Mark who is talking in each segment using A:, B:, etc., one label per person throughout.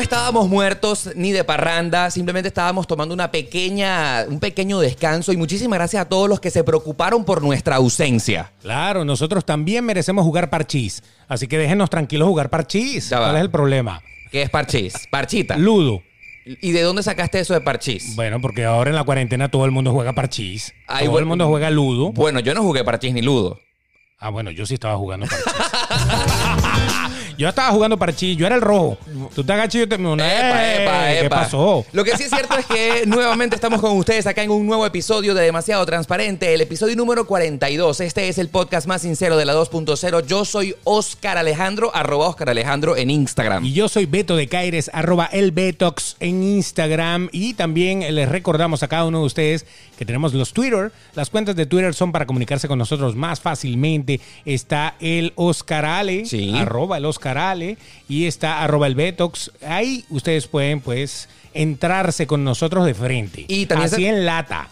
A: estábamos muertos ni de parranda, simplemente estábamos tomando una pequeña, un pequeño descanso y muchísimas gracias a todos los que se preocuparon por nuestra ausencia.
B: Claro, nosotros también merecemos jugar parchís. Así que déjenos tranquilos jugar parchís.
A: Ya va.
B: ¿Cuál es el problema?
A: ¿Qué es parchís? Parchita.
B: Ludo.
A: ¿Y de dónde sacaste eso de parchís?
B: Bueno, porque ahora en la cuarentena todo el mundo juega parchís.
A: Ay,
B: todo
A: bueno.
B: el mundo juega ludo.
A: Bueno, yo no jugué parchís ni ludo.
B: Ah, bueno, yo sí estaba jugando parchís. yo estaba jugando parchís, yo era el rojo. Tú te agachas y yo te...
A: Epa, epa,
B: ¡Ey!
A: epa.
B: Eh, ¿Qué pasó?
A: Lo que sí es cierto es que nuevamente estamos con ustedes acá en un nuevo episodio de Demasiado Transparente, el episodio número 42. Este es el podcast más sincero de la 2.0. Yo soy Oscar Alejandro, arroba Oscar Alejandro en Instagram.
B: Y yo soy Beto de Caires, arroba el Betox en Instagram. Y también eh, les recordamos a cada uno de ustedes que tenemos los Twitter. Las cuentas de Twitter son para comunicarse con nosotros más fácilmente. Está el Oscar Ale,
A: Sí.
B: arroba el Oscar Ale, y está arroba el Betox. Ahí ustedes pueden, pues, entrarse con nosotros de frente.
A: Y también
B: Así
A: se-
B: en lata.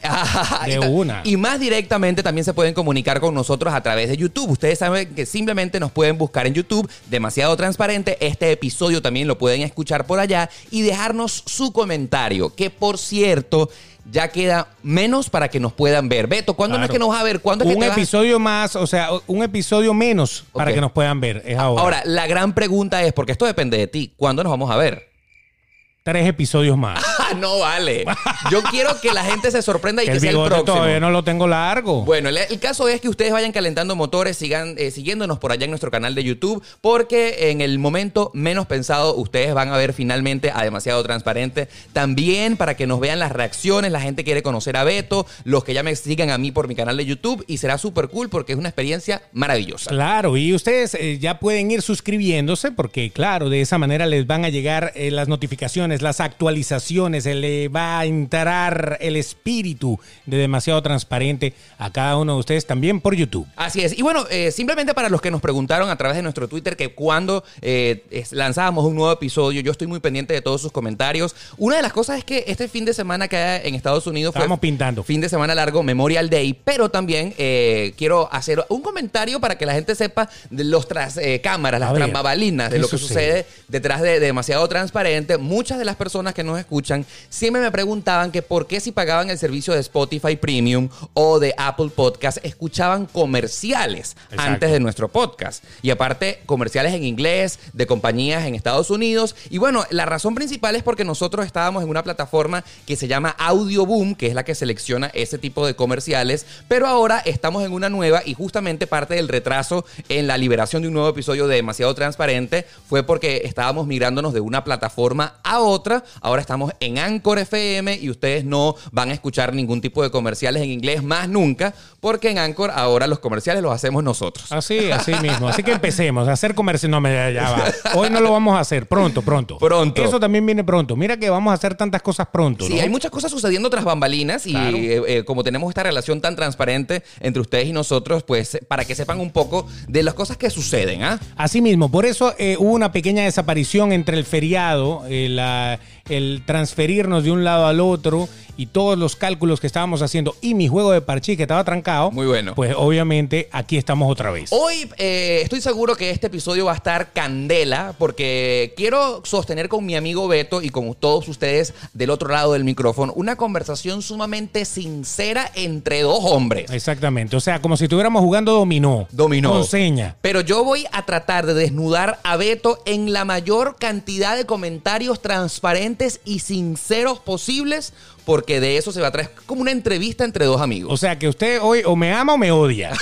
B: de una.
A: Y más directamente también se pueden comunicar con nosotros a través de YouTube. Ustedes saben que simplemente nos pueden buscar en YouTube, demasiado transparente. Este episodio también lo pueden escuchar por allá y dejarnos su comentario, que por cierto, ya queda menos para que nos puedan ver. Beto, ¿cuándo no es
B: Claro.
A: que nos vas a ver? ¿Cuándo es que
B: un
A: te vas a-
B: episodio más, o sea, un episodio menos para
A: Ok.
B: que nos puedan ver. Es ahora.
A: Ahora, la gran pregunta es, porque esto depende de ti, ¿cuándo nos vamos a ver?
B: Tres episodios más.
A: Ah, no vale. Yo quiero que la gente se sorprenda y
B: Que
A: que,
B: el
A: sea el
B: bigote
A: próximo.
B: todavía no lo tengo largo.
A: Bueno, el, el caso es que ustedes vayan calentando motores, sigan eh, siguiéndonos por allá en nuestro canal de YouTube, porque en el momento menos pensado ustedes van a ver finalmente a Demasiado Transparente. También para que nos vean las reacciones, la gente quiere conocer a Beto, los que ya me sigan a mí por mi canal de YouTube y será súper cool porque es una experiencia maravillosa.
B: Claro, y ustedes eh, ya pueden ir suscribiéndose porque, claro, de esa manera les van a llegar eh, las notificaciones, las actualizaciones, eh, le va a entrar el espíritu de demasiado transparente a cada uno de ustedes también por YouTube.
A: Así es. Y bueno, eh, simplemente para los que nos preguntaron a través de nuestro Twitter que cuando eh, es- lanzábamos un nuevo episodio, yo estoy muy pendiente de todos sus comentarios. Una de las cosas es que este fin de semana acá en Estados Unidos fue
B: Estábamos pintando.
A: fin de semana largo, Memorial Day, pero también eh, quiero hacer un comentario para que la gente sepa de los tras eh, cámaras, las
B: A ver,
A: trambabalinas, de lo
B: ¿qué
A: que sucede detrás de, de demasiado transparente. Muchas de las personas que nos escuchan siempre me preguntaban que por qué si pagaban el servicio de Spotify Premium o de Apple Podcast escuchaban comerciales
B: Exacto.
A: antes de nuestro podcast. Y aparte, comerciales en inglés, de compañías en Estados Unidos. Y bueno, la razón principal es porque nosotros estábamos en una plataforma que se llama Audio Boom, que es la que selecciona ese tipo de comerciales. Pero ahora estamos en una nueva y justamente parte del retraso en la liberación de un nuevo episodio de Demasiado Transparente fue porque estábamos migrándonos de una plataforma a otra. Ahora estamos en Anchor FM y ustedes no van a escuchar ningún tipo de comerciales en inglés más nunca, porque en Anchor ahora los comerciales los hacemos nosotros.
B: Así, así mismo. Así que empecemos a hacer comercio. No, me- ya, ya va. Hoy no lo vamos a hacer. Pronto, pronto.
A: Pronto.
B: Eso también viene pronto. Mira que vamos a hacer tantas cosas pronto.
A: Sí,
B: ¿no?
A: hay muchas cosas sucediendo tras bambalinas y
B: Claro.
A: eh, eh, como tenemos esta relación tan transparente entre ustedes y nosotros, pues eh, para que sepan un poco de las cosas que suceden, ¿ah?
B: Asimismo, por eso eh, hubo una pequeña desaparición entre el feriado, eh, la- el transferirnos de un lado al otro y todos los cálculos que estábamos haciendo y mi juego de parchís que estaba trancado.
A: Muy bueno.
B: Pues obviamente aquí estamos otra vez.
A: Hoy eh, estoy seguro que este episodio va a estar candela porque quiero sostener con mi amigo Beto y con todos ustedes del otro lado del micrófono una conversación sumamente sincera entre dos hombres.
B: Exactamente. O sea, como si estuviéramos jugando dominó.
A: Dominó.
B: Con seña.
A: Pero yo voy a tratar de desnudar a Beto en la mayor cantidad de comentarios transparentes y sinceros posibles, porque de eso se va a traer como una entrevista entre dos amigos.
B: O sea, que usted hoy o me ama o me odia.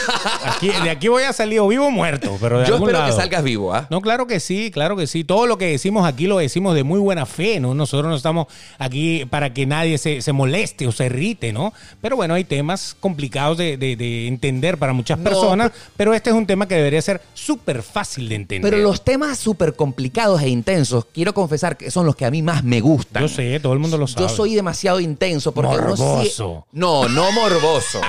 B: Aquí- de aquí voy a salir o vivo o muerto, pero de
A: yo
B: algún
A: espero que
B: lado.
A: salgas vivo, ¿ah?
B: No, claro que sí, claro que sí. Todo lo que decimos aquí lo decimos de muy buena fe, ¿no? Nosotros no estamos aquí para que nadie se, se moleste o se irrite, ¿no? Pero bueno, hay temas complicados de, de- de entender para muchas
A: No,
B: personas, pero este es un tema que debería ser súper fácil de entender.
A: Pero los temas súper complicados e intensos, quiero confesar que son los que a mí más me gustan.
B: Yo sé, todo el mundo lo sabe.
A: Yo soy demasiado intenso porque uno sí-
B: Morboso.
A: No, no morboso.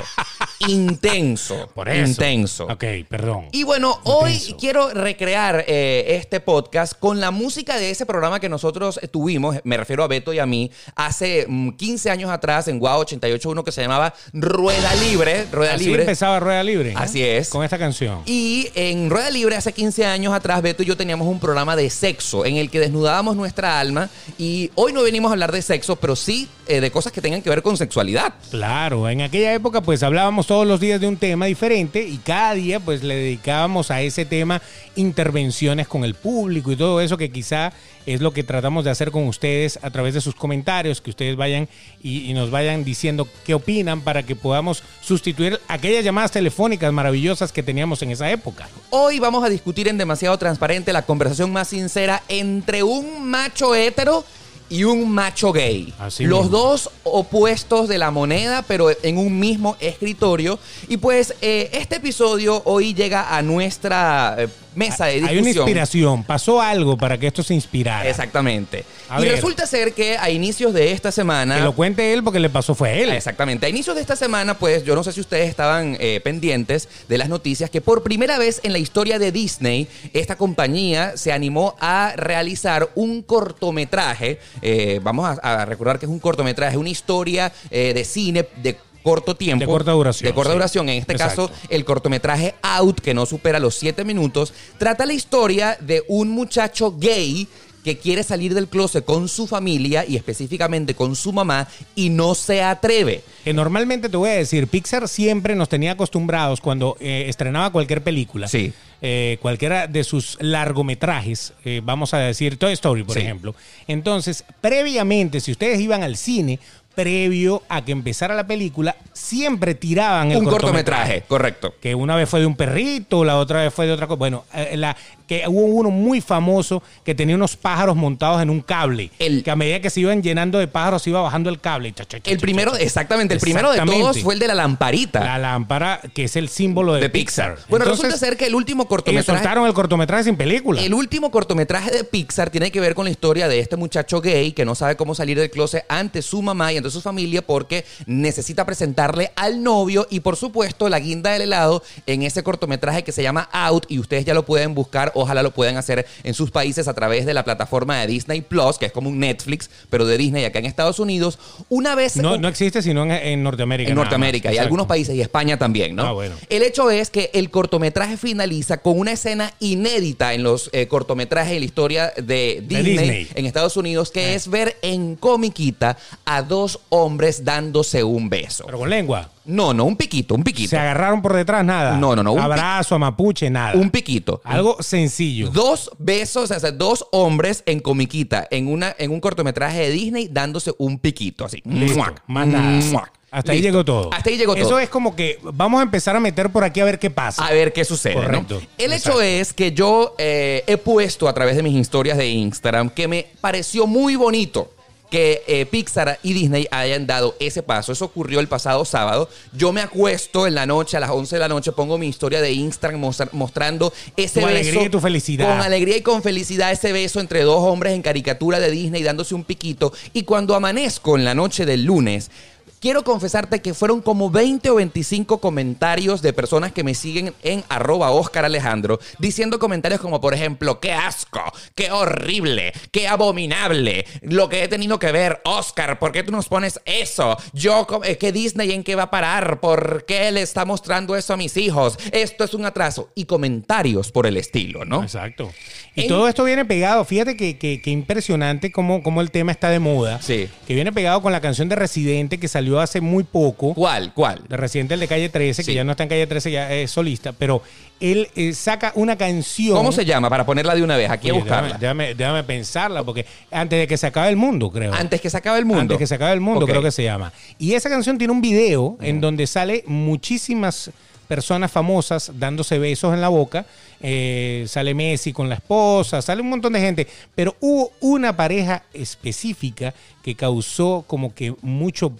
A: intenso.
B: Por eso.
A: Intenso.
B: Ok, perdón.
A: Y bueno, hoy
B: Intenso.
A: quiero recrear eh, este podcast con la música de ese programa que nosotros eh, tuvimos, me refiero a Beto y a mí, hace mm, 15 años atrás en Guau 881 que se llamaba Rueda Libre. Rueda
B: Así
A: Libre.
B: empezaba Rueda Libre. ¿eh?
A: Así es.
B: Con esta canción.
A: Y en Rueda Libre, hace 15 años atrás, Beto y yo teníamos un programa de sexo en el que desnudábamos nuestra alma. Y hoy no venimos a hablar de sexo, pero sí eh, de cosas que tengan que ver con sexualidad.
B: Claro, en aquella época pues hablábamos todos los días de un tema diferente y cada día pues le dedicábamos a ese tema intervenciones con el público y todo eso que quizá es lo que tratamos de hacer con ustedes a través de sus comentarios, que ustedes vayan y, y nos vayan diciendo qué opinan para que podamos sustituir aquellas llamadas telefónicas maravillosas que teníamos en esa época.
A: Hoy vamos a discutir en demasiado transparente la conversación más sincera entre un macho hétero y un macho gay.
B: Así
A: Los
B: mismo.
A: dos opuestos de la moneda, pero en un mismo escritorio. Y pues eh, este episodio hoy llega a nuestra eh, mesa de discusión.
B: Hay una inspiración, pasó algo para que esto se inspirara.
A: Exactamente.
B: A
A: y
B: ver.
A: resulta ser que a inicios de esta semana.
B: Que lo cuente él porque le pasó fue a él.
A: Ah, Exactamente. A inicios de esta semana, pues yo no sé si ustedes estaban eh, pendientes de las noticias que por primera vez en la historia de Disney, esta compañía se animó a realizar un cortometraje. Eh, vamos a, a recordar que es un cortometraje, una historia eh, de cine de corto tiempo.
B: De corta duración,
A: De corta
B: sí.
A: duración. En este
B: Exacto.
A: caso, el cortometraje Out, que no supera los 7 minutos, trata la historia de un muchacho gay que quiere salir del closet con su familia y específicamente con su mamá y no se atreve.
B: Que Eh, normalmente te voy a decir, Pixar siempre nos tenía acostumbrados cuando eh, estrenaba cualquier película,
A: Sí.
B: eh, cualquiera de sus largometrajes, eh, vamos a decir Toy Story, por
A: Sí.
B: ejemplo. Entonces, previamente, si ustedes iban al cine, previo a que empezara la película, siempre tiraban el
A: un cortometraje, correcto.
B: que una vez fue de un perrito, la otra vez fue de otra cosa. Bueno, eh, la, que hubo uno muy famoso que tenía unos pájaros montados en un cable.
A: El-
B: que a medida que se iban llenando de pájaros, se iba bajando el cable. Cha, cha, cha,
A: El
B: cha,
A: primero,
B: cha, cha.
A: exactamente, el primero de
B: Exactamente.
A: todos fue el de la lamparita
B: La lámpara, que es el símbolo de,
A: de
B: Pixar.
A: Pixar. Bueno,
B: Entonces,
A: resulta ser que el último
B: ellos
A: cortometraje...
B: soltaron el cortometraje sin película.
A: El último cortometraje de Pixar tiene que ver con la historia de este muchacho gay que no sabe cómo salir del closet ante su mamá y ante su familia porque necesita presentarle al novio y por supuesto la guinda del helado en ese cortometraje que se llama Out y ustedes ya lo pueden buscar, ojalá lo puedan hacer en sus países a través de la plataforma de Disney Plus, que es como un Netflix, pero de Disney acá en Estados Unidos. Una vez
B: no, no existe sino en, en Norteamérica.
A: en
B: nada más.
A: Norteamérica y
B: Exacto.
A: algunos países y España también, ¿no?
B: Ah, bueno.
A: El hecho es que el cortometraje finaliza con una escena inédita en los eh, cortometrajes de la historia de Disney,
B: Disney. Ah.
A: en Estados Unidos, que es ver en comiquita a dos hombres dándose un beso.
B: Pero con lengua.
A: No, no, un piquito, un
B: Se
A: piquito.
B: agarraron por detrás, nada.
A: No, no, no, un
B: Abrazo, a mapuche, nada.
A: Un piquito.
B: Algo sencillo.
A: Dos besos, o sea, dos hombres en comiquita, en, una, en un cortometraje de Disney dándose un piquito, así.
B: Listo,
A: Muac,
B: más nada.
A: muac.
B: Hasta ahí
A: Listo.
B: llegó todo.
A: Hasta ahí llegó todo.
B: Eso es como que vamos a empezar a meter por aquí a ver qué pasa.
A: A ver qué sucede. ¿no?
B: Correcto.
A: El
B: Exacto.
A: hecho es que yo eh, he puesto a través de mis historias de Instagram que me pareció muy bonito que eh, Pixar y Disney hayan dado ese paso. Eso ocurrió el pasado sábado. Yo me acuesto en la noche, a las 11 de la noche, pongo mi historia de Instagram mostra- mostrando ese
B: Tu
A: beso.
B: alegría y tu felicidad.
A: Con alegría y con felicidad ese beso entre dos hombres en caricatura de Disney dándose un piquito. Y cuando amanezco en la noche del lunes, quiero confesarte que fueron como 20 o 25 comentarios de personas que me siguen en arroba Oscar Alejandro, diciendo comentarios como, por ejemplo, qué asco, qué horrible, qué abominable, lo que he tenido que ver, Oscar, ¿por qué tú nos pones eso? Yo, co- eh, ¿qué Disney en qué va a parar? ¿Por qué le está mostrando eso a mis hijos? Esto es un atraso. Y comentarios por el estilo, ¿no?
B: Exacto. Y
A: En-
B: todo esto viene pegado. Fíjate que, que- que impresionante cómo, cómo el tema está de moda.
A: Sí.
B: Que viene pegado con la canción de Residente que salió hace muy poco.
A: ¿Cuál? ¿Cuál?
B: De Residente, el de calle 13, que
A: Sí.
B: ya no está en calle 13, ya es solista. Pero él eh, saca una canción.
A: ¿Cómo se llama? Para ponerla de una vez, aquí a
B: Oye,
A: buscarla.
B: Déjame, déjame- déjame pensarla, porque antes de que se acabe el mundo, creo.
A: Antes que se acabe el mundo.
B: Antes que se acabe el mundo,
A: Ok.
B: creo que se llama. Y esa canción tiene un video en donde sale muchísimas personas famosas dándose besos en la boca. Eh, sale Messi con la esposa, sale un montón de gente. Pero hubo una pareja específica que causó como que mucho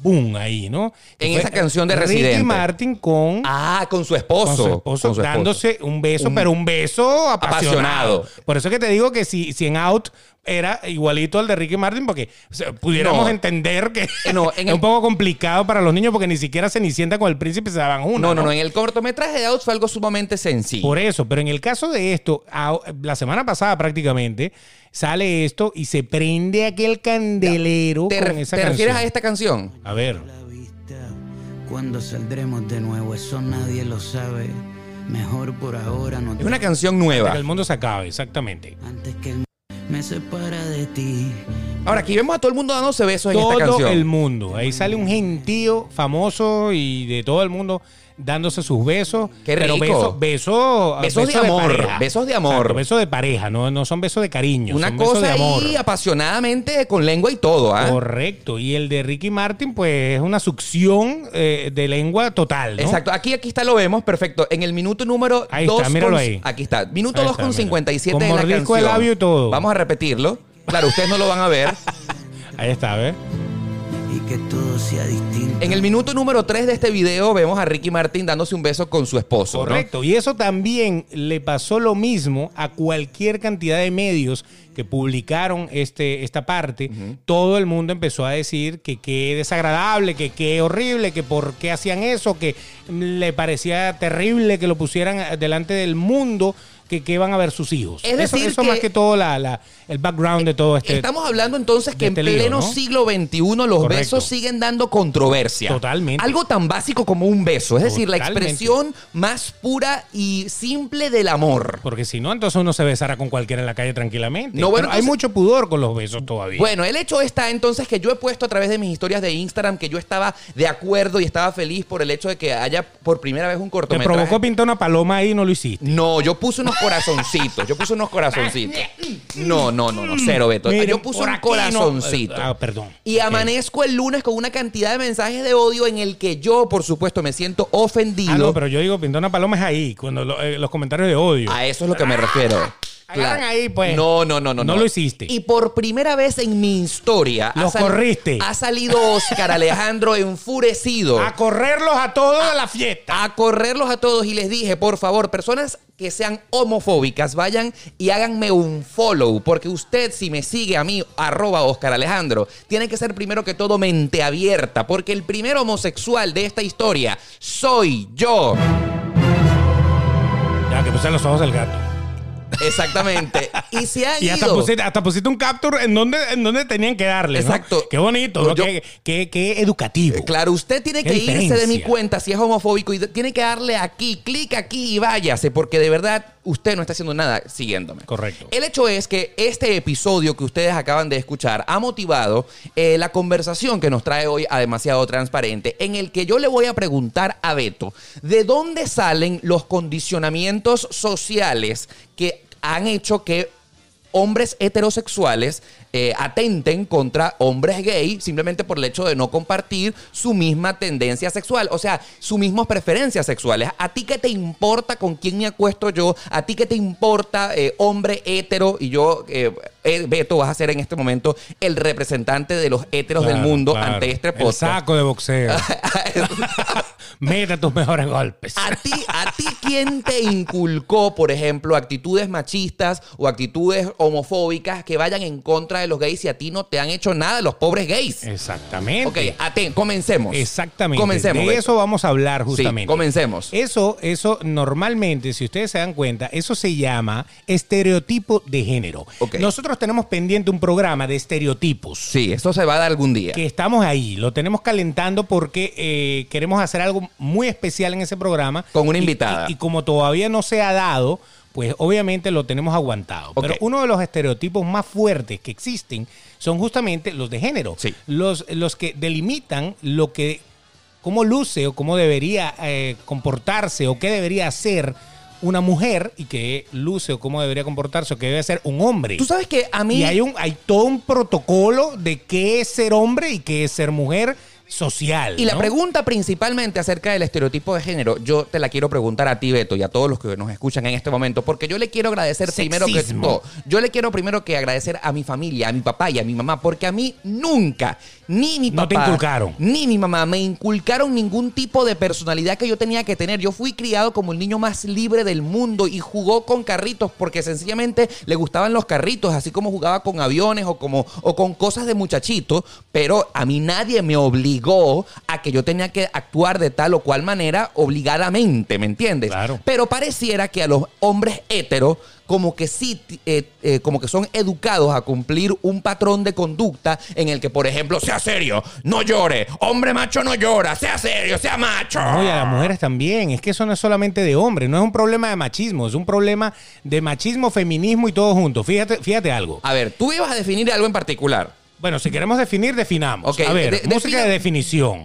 B: boom ahí, ¿no? Que
A: En
B: fue
A: esa canción de Residente.
B: Ricky Martin con...
A: Ah, con su esposo.
B: con su esposo,
A: Con su esposo.
B: dándose un beso,
A: Un-
B: pero un beso apasionado.
A: Apasionado.
B: Por eso que te digo que si, si en Out era igualito al de Ricky Martin porque o sea, pudiéramos
A: No.
B: entender que
A: Eh, no, en
B: es
A: el-
B: un poco complicado para los niños porque ni siquiera Cenicienta con el príncipe se daban una.
A: No, no, no. En el cortometraje de Out fue algo sumamente sencillo.
B: Por eso, pero en el caso de esto, a- la semana pasada prácticamente sale esto y se prende aquel candelero
A: ¿Te,
B: con
A: re-
B: esa
A: te refieres
B: canción.
A: a este- esta canción?
B: A ver.
C: la vista. Cuando saldremos de nuevo, eso nadie lo sabe. Mejor por ahora no
A: Es una canción nueva.
B: Que el mundo se acabe, exactamente.
C: antes que el me separa de ti.
A: Ahora, aquí vemos a todo el mundo dándose besos en esta
B: Todo
A: canción.
B: el mundo. Ahí sale un gentío famoso y de todo el mundo dándose sus besos.
A: Qué
B: Pero
A: rico.
B: besos, besos,
A: Besos de amor, besos de amor.
B: Exacto, besos de pareja, no, no son besos de cariño.
A: Una
B: son besos de
A: cosa
B: amor.
A: ahí apasionadamente con lengua y todo, ¿ah?
B: Correcto. Y el de Ricky Martin, pues es una succión eh, de lengua total. ¿no?
A: Exacto, aquí, aquí está, lo vemos, perfecto. En el minuto número
B: Ahí
A: dos
B: está, míralo
A: con-
B: ahí.
A: Aquí está, minuto
B: Ahí
A: 2
B: está,
A: con
B: mira.
A: 57
B: Con
A: de la canción.
B: mordisco de labio y todo.
A: Vamos a repetirlo. Claro, ustedes no lo van a ver.
B: Ahí está, ¿ves?
C: Y que todo sea distinto.
A: En el minuto número 3 de este video vemos a Ricky Martin dándose un beso con su esposo. ¿no?
B: Correcto. Y eso también le pasó lo mismo a cualquier cantidad de medios que publicaron este, esta parte. Todo el mundo empezó a decir que qué desagradable, que qué horrible, que por qué hacían eso, que le parecía terrible que lo pusieran delante del mundo, que qué van a ver sus hijos.
A: Es
B: Eso-
A: decir
B: eso,
A: que-
B: más que todo la, la- el background de todo este.
A: Estamos hablando entonces que
B: de
A: en
B: este lío,
A: pleno
B: ¿no?
A: siglo XXI los
B: Correcto.
A: besos siguen dando controversia.
B: Totalmente.
A: Algo tan básico como un beso, es decir, la
B: Totalmente.
A: expresión más pura y simple del amor.
B: Porque si no, entonces uno se besara con cualquiera en la calle tranquilamente.
A: No,
B: No,
A: bueno,
B: bueno, hay
A: entonces-
B: mucho pudor con los besos todavía.
A: Bueno, el hecho está entonces que yo he puesto a través de mis historias de Instagram que yo estaba de acuerdo y estaba feliz por el hecho de que haya por primera vez un
B: Te
A: cortometraje.
B: provocó pintar una paloma ahí y no lo hiciste.
A: No, yo puse unos corazoncitos. Yo puse unos corazoncitos. No, no, no, no, cero, Beto.
B: Miren,
A: yo puse
B: por
A: un
B: aquí no-
A: corazoncito.
B: Ah, perdón.
A: Y
B: Ok.
A: amanezco el lunes con una cantidad de mensajes de odio en el que yo, por supuesto, me siento ofendido.
B: Ah, no, pero yo digo, pintar una paloma es ahí, cuando lo- eh, los comentarios de odio.
A: A eso es lo que me refiero.
B: Agarran ahí, pues.
A: No, no, no, no.
B: No lo hiciste.
A: Y por primera vez en mi historia. ha
B: Los
A: sali-
B: corriste. Ah,
A: Ha salido Oscar Alejandro enfurecido.
B: A correrlos a todos a la fiesta.
A: a correrlos a todos y les dije, por favor, personas que sean homofóbicas, vayan y háganme un follow, porque usted si me sigue a mí, arroba Oscar Alejandro, tiene que ser primero que todo mente abierta, porque el primer homosexual de esta historia soy yo.
B: Ya, que puse los ojos del gato.
A: Exactamente. Y se ha
B: Y hasta
A: ido.
B: pusiste, hasta pusiste un capture en donde, en donde tenían que darle. ¿no?
A: Exacto.
B: Qué bonito,
A: No,
B: ¿no?
A: yo- Eh,
B: qué, qué- qué educativo.
A: Claro, usted tiene
B: Qué
A: que irse de mi
B: diferencia.
A: cuenta si es homofóbico y tiene que darle aquí, clic aquí y váyase, porque de verdad usted no está haciendo nada siguiéndome.
B: Correcto.
A: El hecho es que este episodio que ustedes acaban de escuchar ha motivado eh, la conversación que nos trae hoy a Demasiado Transparente, en el que yo le voy a preguntar a Beto, ¿de dónde salen los condicionamientos sociales que han hecho que hombres heterosexuales eh, atenten contra hombres gay simplemente por el hecho de no compartir su misma tendencia sexual, o sea, sus mismas preferencias sexuales. ¿A ti qué te importa con quién me acuesto yo? ¿A ti qué te importa eh, hombre hetero? Y yo, eh, eh, Beto, vas a ser en este momento el representante de los heteros del
B: Claro,
A: mundo
B: claro.
A: ante este
B: El
A: podcast.
B: saco de boxeo. Meta tus mejores golpes.
A: ¿A ti, ¿A ti quién te inculcó, por ejemplo, actitudes machistas o actitudes homofóbicas que vayan en contra de los gays y a ti no te han hecho nada los pobres gays?
B: Exactamente.
A: Ok, aten, comencemos.
B: Exactamente.
A: Comencemos.
B: De
A: Beto.
B: eso vamos a hablar justamente.
A: Sí, comencemos.
B: Eso, eso normalmente, si ustedes se dan cuenta, eso se llama estereotipo de género.
A: Ok.
B: Nosotros tenemos pendiente un programa de estereotipos.
A: Sí, eso se va a dar algún día.
B: Que estamos ahí, lo tenemos calentando porque eh, queremos hacer algo muy especial en ese programa.
A: Con una
B: Y-
A: invitada.
B: Y, y como todavía no se ha dado, pues obviamente lo tenemos aguantado.
A: Ok.
B: Pero uno de los estereotipos más fuertes que existen son justamente los de género.
A: Sí.
B: Los, los que delimitan lo que, cómo luce o cómo debería eh, comportarse o qué debería hacer una mujer y qué luce o cómo debería comportarse o qué debe hacer un hombre.
A: Tú sabes que a mí...
B: Y hay, un, hay todo un protocolo de qué es ser hombre y qué es ser mujer social.
A: Y la
B: ¿no?
A: pregunta principalmente acerca del estereotipo de género, yo te la quiero preguntar a ti, Beto, y a todos los que nos escuchan en este momento, porque yo le quiero agradecer primero que
B: Sexismo.
A: todo. Yo le quiero primero que agradecer a mi familia, a mi papá y a mi mamá, porque a mí nunca, ni mi papá,
B: No te inculcaron.
A: ni mi mamá me inculcaron ningún tipo de personalidad que yo tenía que tener. Yo fui criado como el niño más libre del mundo y jugó con carritos porque sencillamente le gustaban los carritos, así como jugaba con aviones o, como, o con cosas de muchachito. Pero a mí nadie me obligó a que yo tenía que actuar de tal o cual manera obligadamente, ¿me entiendes?
B: Claro.
A: Pero pareciera que a los hombres heteros como que sí, t- eh, eh, como que son educados a cumplir un patrón de conducta en el que, por ejemplo, sea serio, no llore, hombre macho no llora, sea serio, sea macho.
B: No, y Ah, a las mujeres también. Es que eso no es solamente de hombres, no es un problema de machismo, es un problema de machismo, feminismo y todo junto. Fíjate, fíjate algo.
A: A ver, tú ibas a definir algo en particular.
B: Bueno, si queremos definir, definamos.
A: Ok,
B: a ver,
A: de- de-
B: música de
A: defina-
B: definición.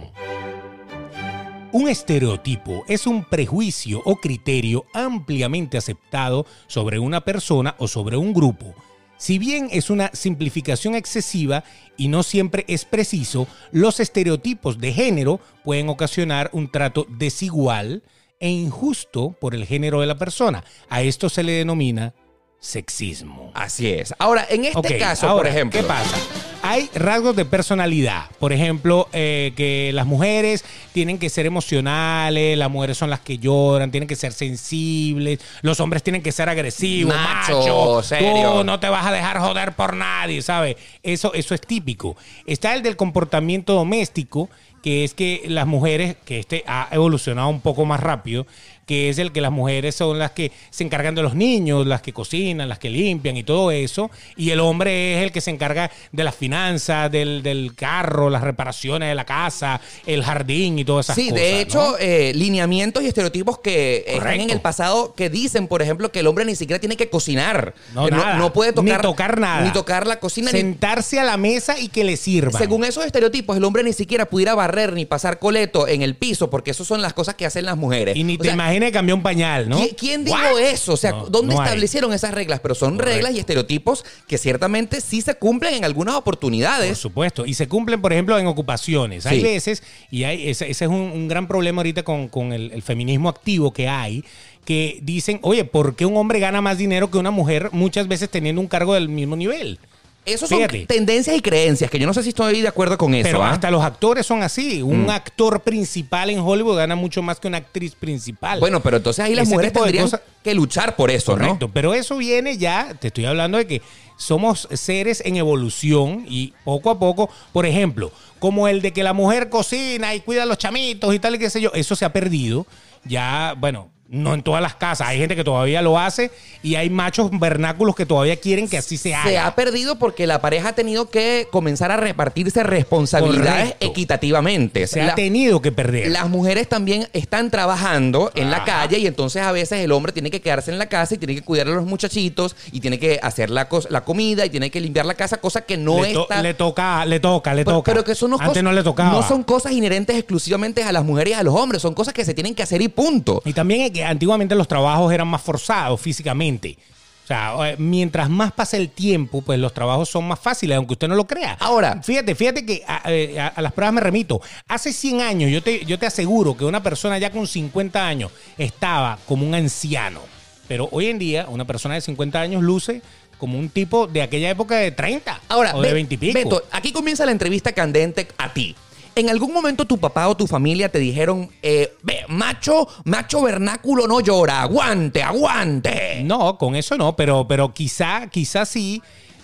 B: Un estereotipo es un prejuicio o criterio ampliamente aceptado sobre una persona o sobre un grupo. Si bien es una simplificación excesiva y no siempre es preciso, los estereotipos de género pueden ocasionar un trato desigual e injusto por el género de la persona. A esto se le denomina sexismo.
A: Así es. Ahora, en este
B: Ok,
A: caso, por
B: ahora,
A: ejemplo.
B: ¿Qué pasa? Hay rasgos de personalidad. Por ejemplo, eh, que las mujeres tienen que ser emocionales, las mujeres son las que lloran, tienen que ser sensibles, los hombres tienen que ser agresivos,
A: Macho,
B: macho,
A: serio.
B: tú no te vas a dejar joder por nadie, ¿sabes? Eso, eso es típico. Está el del comportamiento doméstico, que es que las mujeres, que este ha evolucionado un poco más rápido, que es el que las mujeres son las que se encargan de los niños, las que cocinan, las que limpian y todo eso, y el hombre es el que se encarga de las finanzas, del, del carro, las reparaciones de la casa, el jardín y todas esas
A: Sí,
B: cosas.
A: de hecho,
B: ¿no?
A: eh, lineamientos y estereotipos que eh, están
B: Correcto.
A: en el pasado que dicen, por ejemplo, que el hombre ni siquiera tiene que cocinar.
B: No,
A: Eh,
B: nada.
A: no puede tocar,
B: Ni tocar nada.
A: Ni tocar la cocina. ni-
B: sentarse a la mesa y que le sirva.
A: Según esos estereotipos, el hombre ni siquiera pudiera barrer ni pasar coleto en el piso, porque eso son las cosas que hacen las mujeres.
B: Y ni
A: Eh, O
B: te
A: sea,
B: imagines que cambió un pañal, ¿no?
A: ¿qui- ¿Quién dijo
B: ¿What?
A: eso? O sea,
B: No,
A: ¿dónde
B: no hay.
A: establecieron esas reglas? Pero son
B: Correcto.
A: reglas y estereotipos que ciertamente sí se cumplen en algunas
B: Por
A: oportunidades.
B: supuesto. Y se cumplen, por ejemplo, en ocupaciones. Hay
A: Sí.
B: veces, y hay, ese, ese es un, un gran problema ahorita con, con el, el feminismo activo que hay, que dicen, oye, ¿por qué un hombre gana más dinero que una mujer muchas veces teniendo un cargo del mismo nivel?
A: Eso son
B: Fíjate.
A: tendencias y creencias, que yo no sé si estoy de acuerdo con eso.
B: Pero
A: ¿ah? Mm.
B: hasta los actores son así. Un actor principal en Hollywood gana mucho más que una actriz principal.
A: Bueno, pero entonces ahí las
B: Ese
A: mujeres
B: tipo de
A: tendrían
B: cosas-
A: que luchar por eso,
B: Correcto,
A: ¿no?
B: pero eso viene ya, te estoy hablando de que somos seres en evolución y poco a poco, por ejemplo, como el de que la mujer cocina y cuida a los chamitos y tal y qué sé yo, eso se ha perdido. Ya, bueno, no en todas las casas, hay gente que todavía lo hace y hay machos vernáculos que todavía quieren que así se haga.
A: Se ha perdido porque la pareja ha tenido que comenzar a repartirse responsabilidades
B: Correcto.
A: equitativamente.
B: Se ha
A: La-
B: tenido que perder.
A: las mujeres también están trabajando en la
B: Ajá.
A: calle y entonces a veces el hombre tiene que quedarse en la casa y tiene que cuidar a los muchachitos y tiene que hacer la, cos- la comida y tiene que limpiar la casa, cosa que no
B: le, to-
A: está...
B: le toca, le toca, le
A: pero,
B: toca.
A: pero que son unos
B: Antes
A: cos-
B: no le tocaba.
A: no son cosas inherentes exclusivamente a las mujeres y a los hombres, son cosas que se tienen que hacer y punto.
B: Y también es que antiguamente los trabajos eran más forzados físicamente. O sea, eh, mientras más pasa el tiempo, pues los trabajos son más fáciles, aunque usted no lo crea.
A: Ahora.
B: fíjate, fíjate que a, eh, a- a las pruebas me remito. Hace 100 años, yo te, yo te aseguro que una persona ya con 50 años estaba como un anciano. Pero hoy en día, una persona de 50 años luce como un tipo de aquella época de 30
A: Ahora,
B: o de
A: Be-
B: 20 y pico.
A: Beto, aquí comienza la entrevista candente a ti. En algún momento tu papá o tu familia te dijeron, eh, ve, macho, macho vernáculo no llora, aguante, aguante.
B: No, con eso no, pero, pero quizá, quizá sí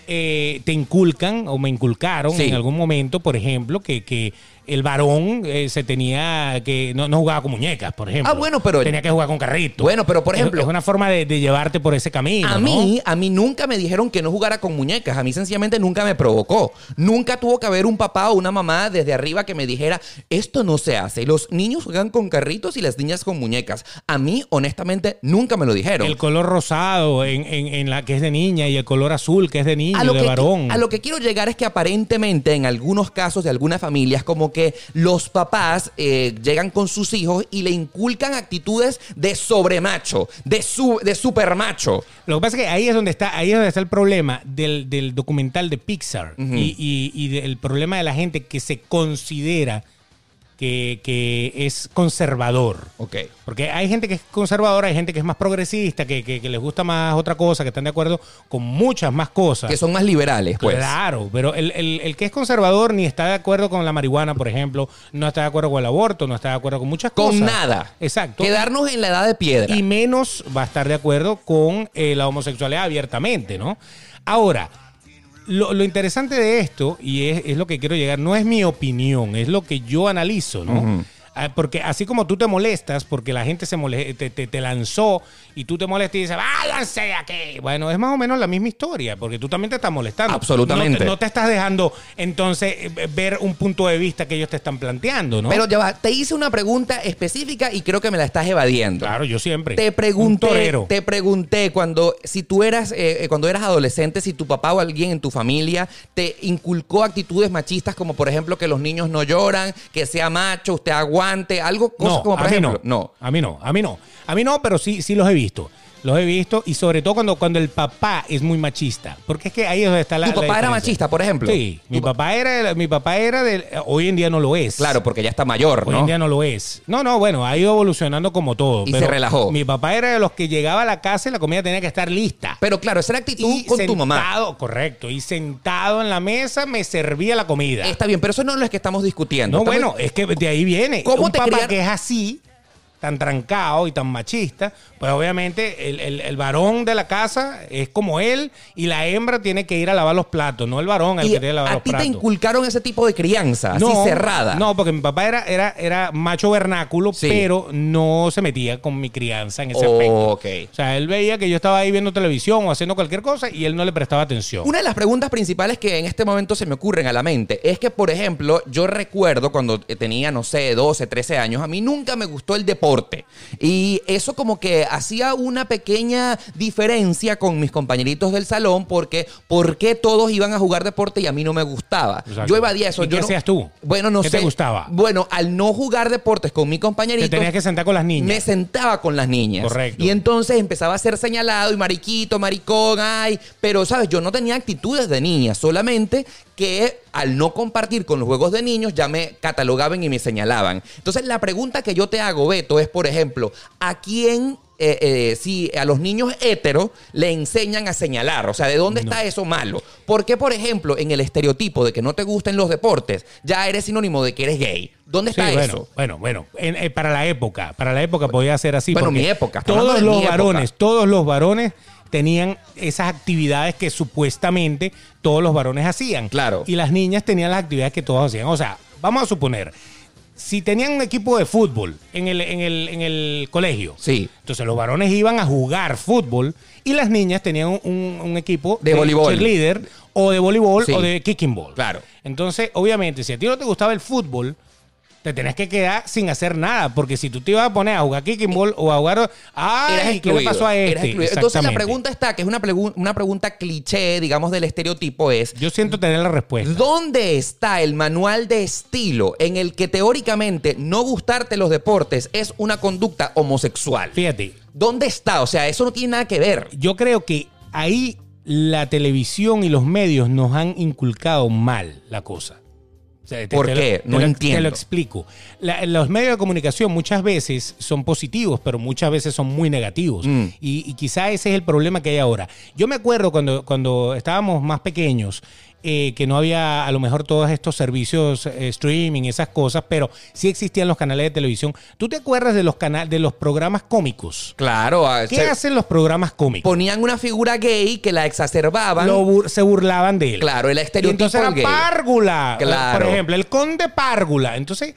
B: eh, te inculcan o me inculcaron
A: Sí.
B: en algún momento, por ejemplo, que, que el varón eh, se tenía que no, no jugaba con muñecas, por ejemplo.
A: Ah, bueno, pero-
B: tenía que jugar con carrito.
A: Bueno, pero, por
B: Es-
A: ejemplo-
B: es, una forma de, de llevarte por ese camino.
A: A
B: ¿no?
A: mí, a mí nunca me dijeron que no jugara con muñecas. A mí sencillamente nunca me provocó. Nunca tuvo que haber un papá o una mamá desde arriba que me dijera, esto no se hace. Los niños juegan con carritos y las niñas con muñecas. A mí, honestamente, nunca me lo dijeron.
B: el color rosado en, en- en la que es de niña y el color azul que es de niño,
A: a lo,
B: de
A: que,
B: varón.
A: a lo que quiero llegar es que aparentemente en algunos casos de algunas familias como que los papás eh, llegan con sus hijos y le inculcan actitudes de sobremacho, de, su, de supermacho.
B: Lo que pasa es que ahí es donde está, ahí es donde está el problema del, del documental de Pixar y, y- y del problema de la gente que se considera que, que es conservador.
A: Ok.
B: Porque hay gente que es conservadora, hay gente que es más progresista, que, que- que les gusta más otra cosa, que están de acuerdo con muchas más cosas.
A: Que son más liberales, pues.
B: Claro, pero el, el- el que es conservador ni está de acuerdo con la marihuana, por ejemplo, no está de acuerdo con el aborto, no está de acuerdo con muchas
A: Con
B: cosas.
A: nada.
B: Exacto.
A: Quedarnos en la edad de piedra.
B: Y menos va a estar de acuerdo con eh, la homosexualidad abiertamente, ¿no? Ahora, lo, lo interesante de esto, y es, es lo que quiero llegar, no es mi opinión, es lo que yo analizo, ¿no? Ah, Porque así como tú te molestas, porque la gente se mole- te, te- te lanzó y tú te molestas y dices, váyanse de aquí. Bueno, es más o menos la misma historia, porque tú también te estás molestando.
A: Absolutamente.
B: No te, no te estás dejando entonces eh, ver un punto de vista que ellos te están planteando, ¿no?
A: Pero ya va, te hice una pregunta específica y creo que me la estás evadiendo.
B: claro, yo siempre.
A: Te
B: Un
A: pregunté,
B: torero.
A: te pregunté cuando si tú eras eh, eh, cuando eras adolescente, si tu papá o alguien en tu familia te inculcó actitudes machistas como por ejemplo que los niños no lloran, que sea macho, usted aguante, algo cosas como por
B: a mí
A: ejemplo,
B: no. A mí no, a mí no. A mí no, pero sí, sí los he visto. Los he visto y sobre todo cuando, cuando el papá es muy machista. Porque es que ahí es donde está la.
A: ¿Tu
B: la
A: papá era
B: diferencia.
A: machista, por ejemplo?
B: Sí, mi
A: Tu
B: papá, era. del- mi papá era del. Hoy en día no lo es.
A: Claro, porque ya está mayor,
B: Hoy
A: ¿no?
B: en día no lo es. No, no, bueno, ha ido evolucionando como todo.
A: Y se relajó.
B: Mi papá era de los que llegaba a la casa y la comida tenía que estar lista.
A: Pero claro, esa era actitud
B: y
A: con tu mamá.
B: sentado- Correcto. Y sentado en la mesa me servía la comida.
A: Está bien, pero eso no es lo que estamos discutiendo.
B: No,
A: Estamos-
B: bueno, es que de ahí viene.
A: ¿Cómo
B: un
A: te
B: papá
A: criaron?
B: que es así, tan trancado y tan machista, pues obviamente el, el- el varón de la casa es como él y la hembra tiene que ir a lavar los platos, no el varón el
A: Y
B: que tiene que lavar
A: a
B: los
A: ti te
B: platos.
A: inculcaron ese tipo de crianza, así cerrada.
B: No, porque mi papá era, era, era macho vernáculo,
A: Sí.
B: pero no se metía con mi crianza en ese aspecto.
A: Ok.
B: O sea, él veía que yo estaba ahí viendo televisión o haciendo cualquier cosa y él no le prestaba atención.
A: Una de las preguntas principales que en este momento se me ocurren a la mente es que, por ejemplo, yo recuerdo cuando eh, tenía, no sé, 12, 13 años, a mí nunca me gustó el deporte. Y eso como que hacía una pequeña diferencia con mis compañeritos del salón porque ¿por qué todos iban a jugar deporte y a mí no me gustaba?
B: Exacto.
A: Yo evadía eso.
B: ¿Y
A: yo
B: qué
A: no-
B: hacías tú?
A: Bueno, no
B: ¿Qué
A: sé.
B: te gustaba?
A: Bueno, al no jugar deportes con mi compañerito...
B: Te tenías que sentar con las niñas.
A: Me sentaba con las niñas.
B: Correcto.
A: Y entonces empezaba a ser señalado y mariquito, maricón, ay. Pero, ¿sabes? Yo no tenía actitudes de niña, solamente que al no compartir con los juegos de niños ya me catalogaban y me señalaban. Entonces, la pregunta que yo te hago, Beto, es, por ejemplo, ¿a quién... eh, eh, si a los niños héteros le enseñan a señalar, o sea, ¿de dónde está eso malo? Porque, por ejemplo, en el estereotipo de que no te gusten los deportes, ya eres sinónimo de que eres gay. ¿Dónde
B: Sí,
A: está
B: bueno,
A: eso?
B: bueno, bueno, En- eh, para la época, para la época podía ser así.
A: Bueno,
B: porque
A: mi época, estamos
B: Todos
A: hablando de
B: los
A: mi época.
B: varones, todos los varones tenían esas actividades que supuestamente todos los varones hacían.
A: Claro.
B: Y las niñas tenían las actividades que todos hacían. O sea, vamos a suponer, si tenían un equipo de fútbol en el, en el, en el colegio.
A: Sí.
B: Entonces los varones iban a jugar fútbol y las niñas tenían un- un, un equipo
A: De voleibol.
B: cheerleader o de voleibol
A: Sí.
B: o de kicking ball.
A: Claro.
B: Entonces, obviamente, si a ti no te gustaba el fútbol, te tenés que quedar sin hacer nada, porque si tú te ibas a poner a jugar kicking ball o a jugar...
A: eras
B: ¡Ay! ¿Qué
A: excluido.
B: le pasó a
A: eras
B: este?
A: excluido. Entonces la
B: Exactamente.
A: pregunta está, que es una, pregu- una pregunta cliché, digamos, del estereotipo, es
B: Yo siento tener la respuesta.
A: ¿dónde está el manual de estilo en el que teóricamente no gustarte los deportes es una conducta homosexual?
B: Fíjate,
A: ¿Dónde está? O sea, eso no tiene nada que ver.
B: yo creo que ahí la televisión y los medios nos han inculcado mal la cosa. O sea,
A: ¿Por
B: lo-
A: qué? No
B: lo-
A: entiendo.
B: Te lo explico. La- los medios de comunicación muchas veces son positivos, pero muchas veces son muy negativos.
A: Mm.
B: Y, y quizá ese es el problema que hay ahora. Yo me acuerdo cuando, cuando estábamos más pequeños, eh, que no había a lo mejor todos estos servicios eh, streaming, esas cosas, pero sí existían los canales de televisión. ¿Tú te acuerdas de los, cana- de los programas cómicos?
A: Claro, a-
B: ¿Qué
A: se-
B: hacen los programas cómicos?
A: ponían una figura gay que la exacerbaban.
B: lo bur- se burlaban de él.
A: Claro, el
B: Y
A: estereotipo
B: entonces era
A: gay.
B: párgula.
A: Claro.
B: Por ejemplo, el conde párgula. Entonces,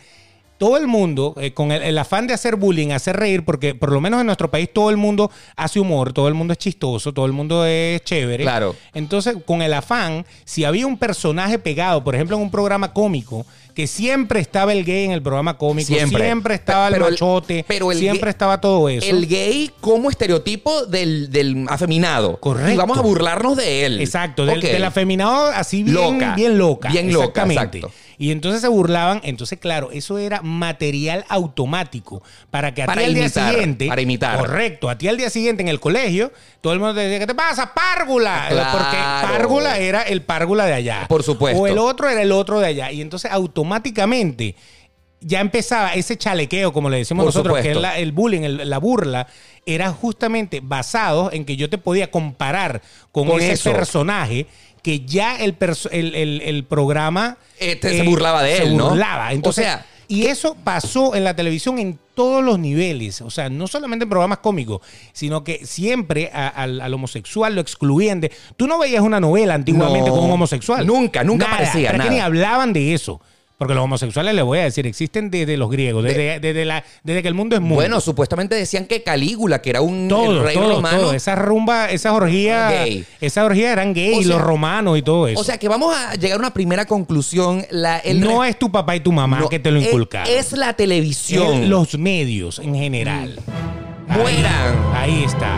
B: todo el mundo, eh, con el, el afán de hacer bullying, hacer reír, porque por lo menos en nuestro país todo el mundo hace humor, todo el mundo es chistoso, todo el mundo es chévere.
A: Claro.
B: Entonces, con el afán, si había un personaje pegado, por ejemplo, en un programa cómico, que siempre estaba el gay en el programa cómico,
A: Siempre.
B: siempre, estaba el
A: Pero el-
B: machote,
A: pero el
B: siempre
A: gay-
B: estaba todo eso.
A: El gay como estereotipo del, del afeminado.
B: Correcto.
A: Y vamos a burlarnos de él.
B: Exacto, del,
A: Ok.
B: del afeminado así bien
A: Loca.
B: loca. Bien loca.
A: Bien loca,
B: exactamente.
A: exacto.
B: Y entonces se burlaban. Entonces, claro, eso era material automático para que a
A: Para
B: ti al
A: imitar,
B: día siguiente.
A: para imitar.
B: Correcto. A ti al día siguiente en el colegio, todo el mundo te decía, ¿qué te pasa? ¡Párgula!
A: Ah, claro.
B: Porque párgula era el párgula de allá.
A: Por supuesto.
B: O el otro era el otro de allá. Y entonces automáticamente. ya empezaba ese chalequeo, como le decimos
A: Por
B: nosotros, que
A: supuesto.
B: es la- el bullying, el- la burla, era justamente basado en que yo te podía comparar con,
A: Con
B: ese
A: eso.
B: personaje que ya el, perso- el, el- el programa
A: Eh, te- se burlaba de él, ¿no?
B: Se burlaba. Entonces,
A: O sea,
B: y eso pasó en la televisión en todos los niveles. O sea, no solamente en programas cómicos, sino que siempre a- al, al homosexual lo excluían de. Tú no veías una novela antiguamente
A: No.
B: con un homosexual.
A: Nunca, nunca aparecía,
B: Pero es que
A: nada.
B: ni hablaban de eso. Porque los homosexuales, les voy a decir, existen desde los griegos, desde, desde la, desde que el mundo es mundo.
A: Bueno, supuestamente decían que Calígula, que era un
B: todo,
A: el reino
B: todo,
A: romano.
B: todo. Esas rumbas, esas orgías,
A: Gay.
B: esas orgías eran gay,
A: O
B: y
A: sea-
B: los romanos y todo eso.
A: O sea que vamos a llegar a una primera conclusión. La, el
B: no
A: re-
B: es tu papá y tu mamá
A: no,
B: que te lo
A: es-
B: inculcaron.
A: Es, la televisión.
B: Es los medios en general.
A: Mueran.
B: Ahí, ahí está.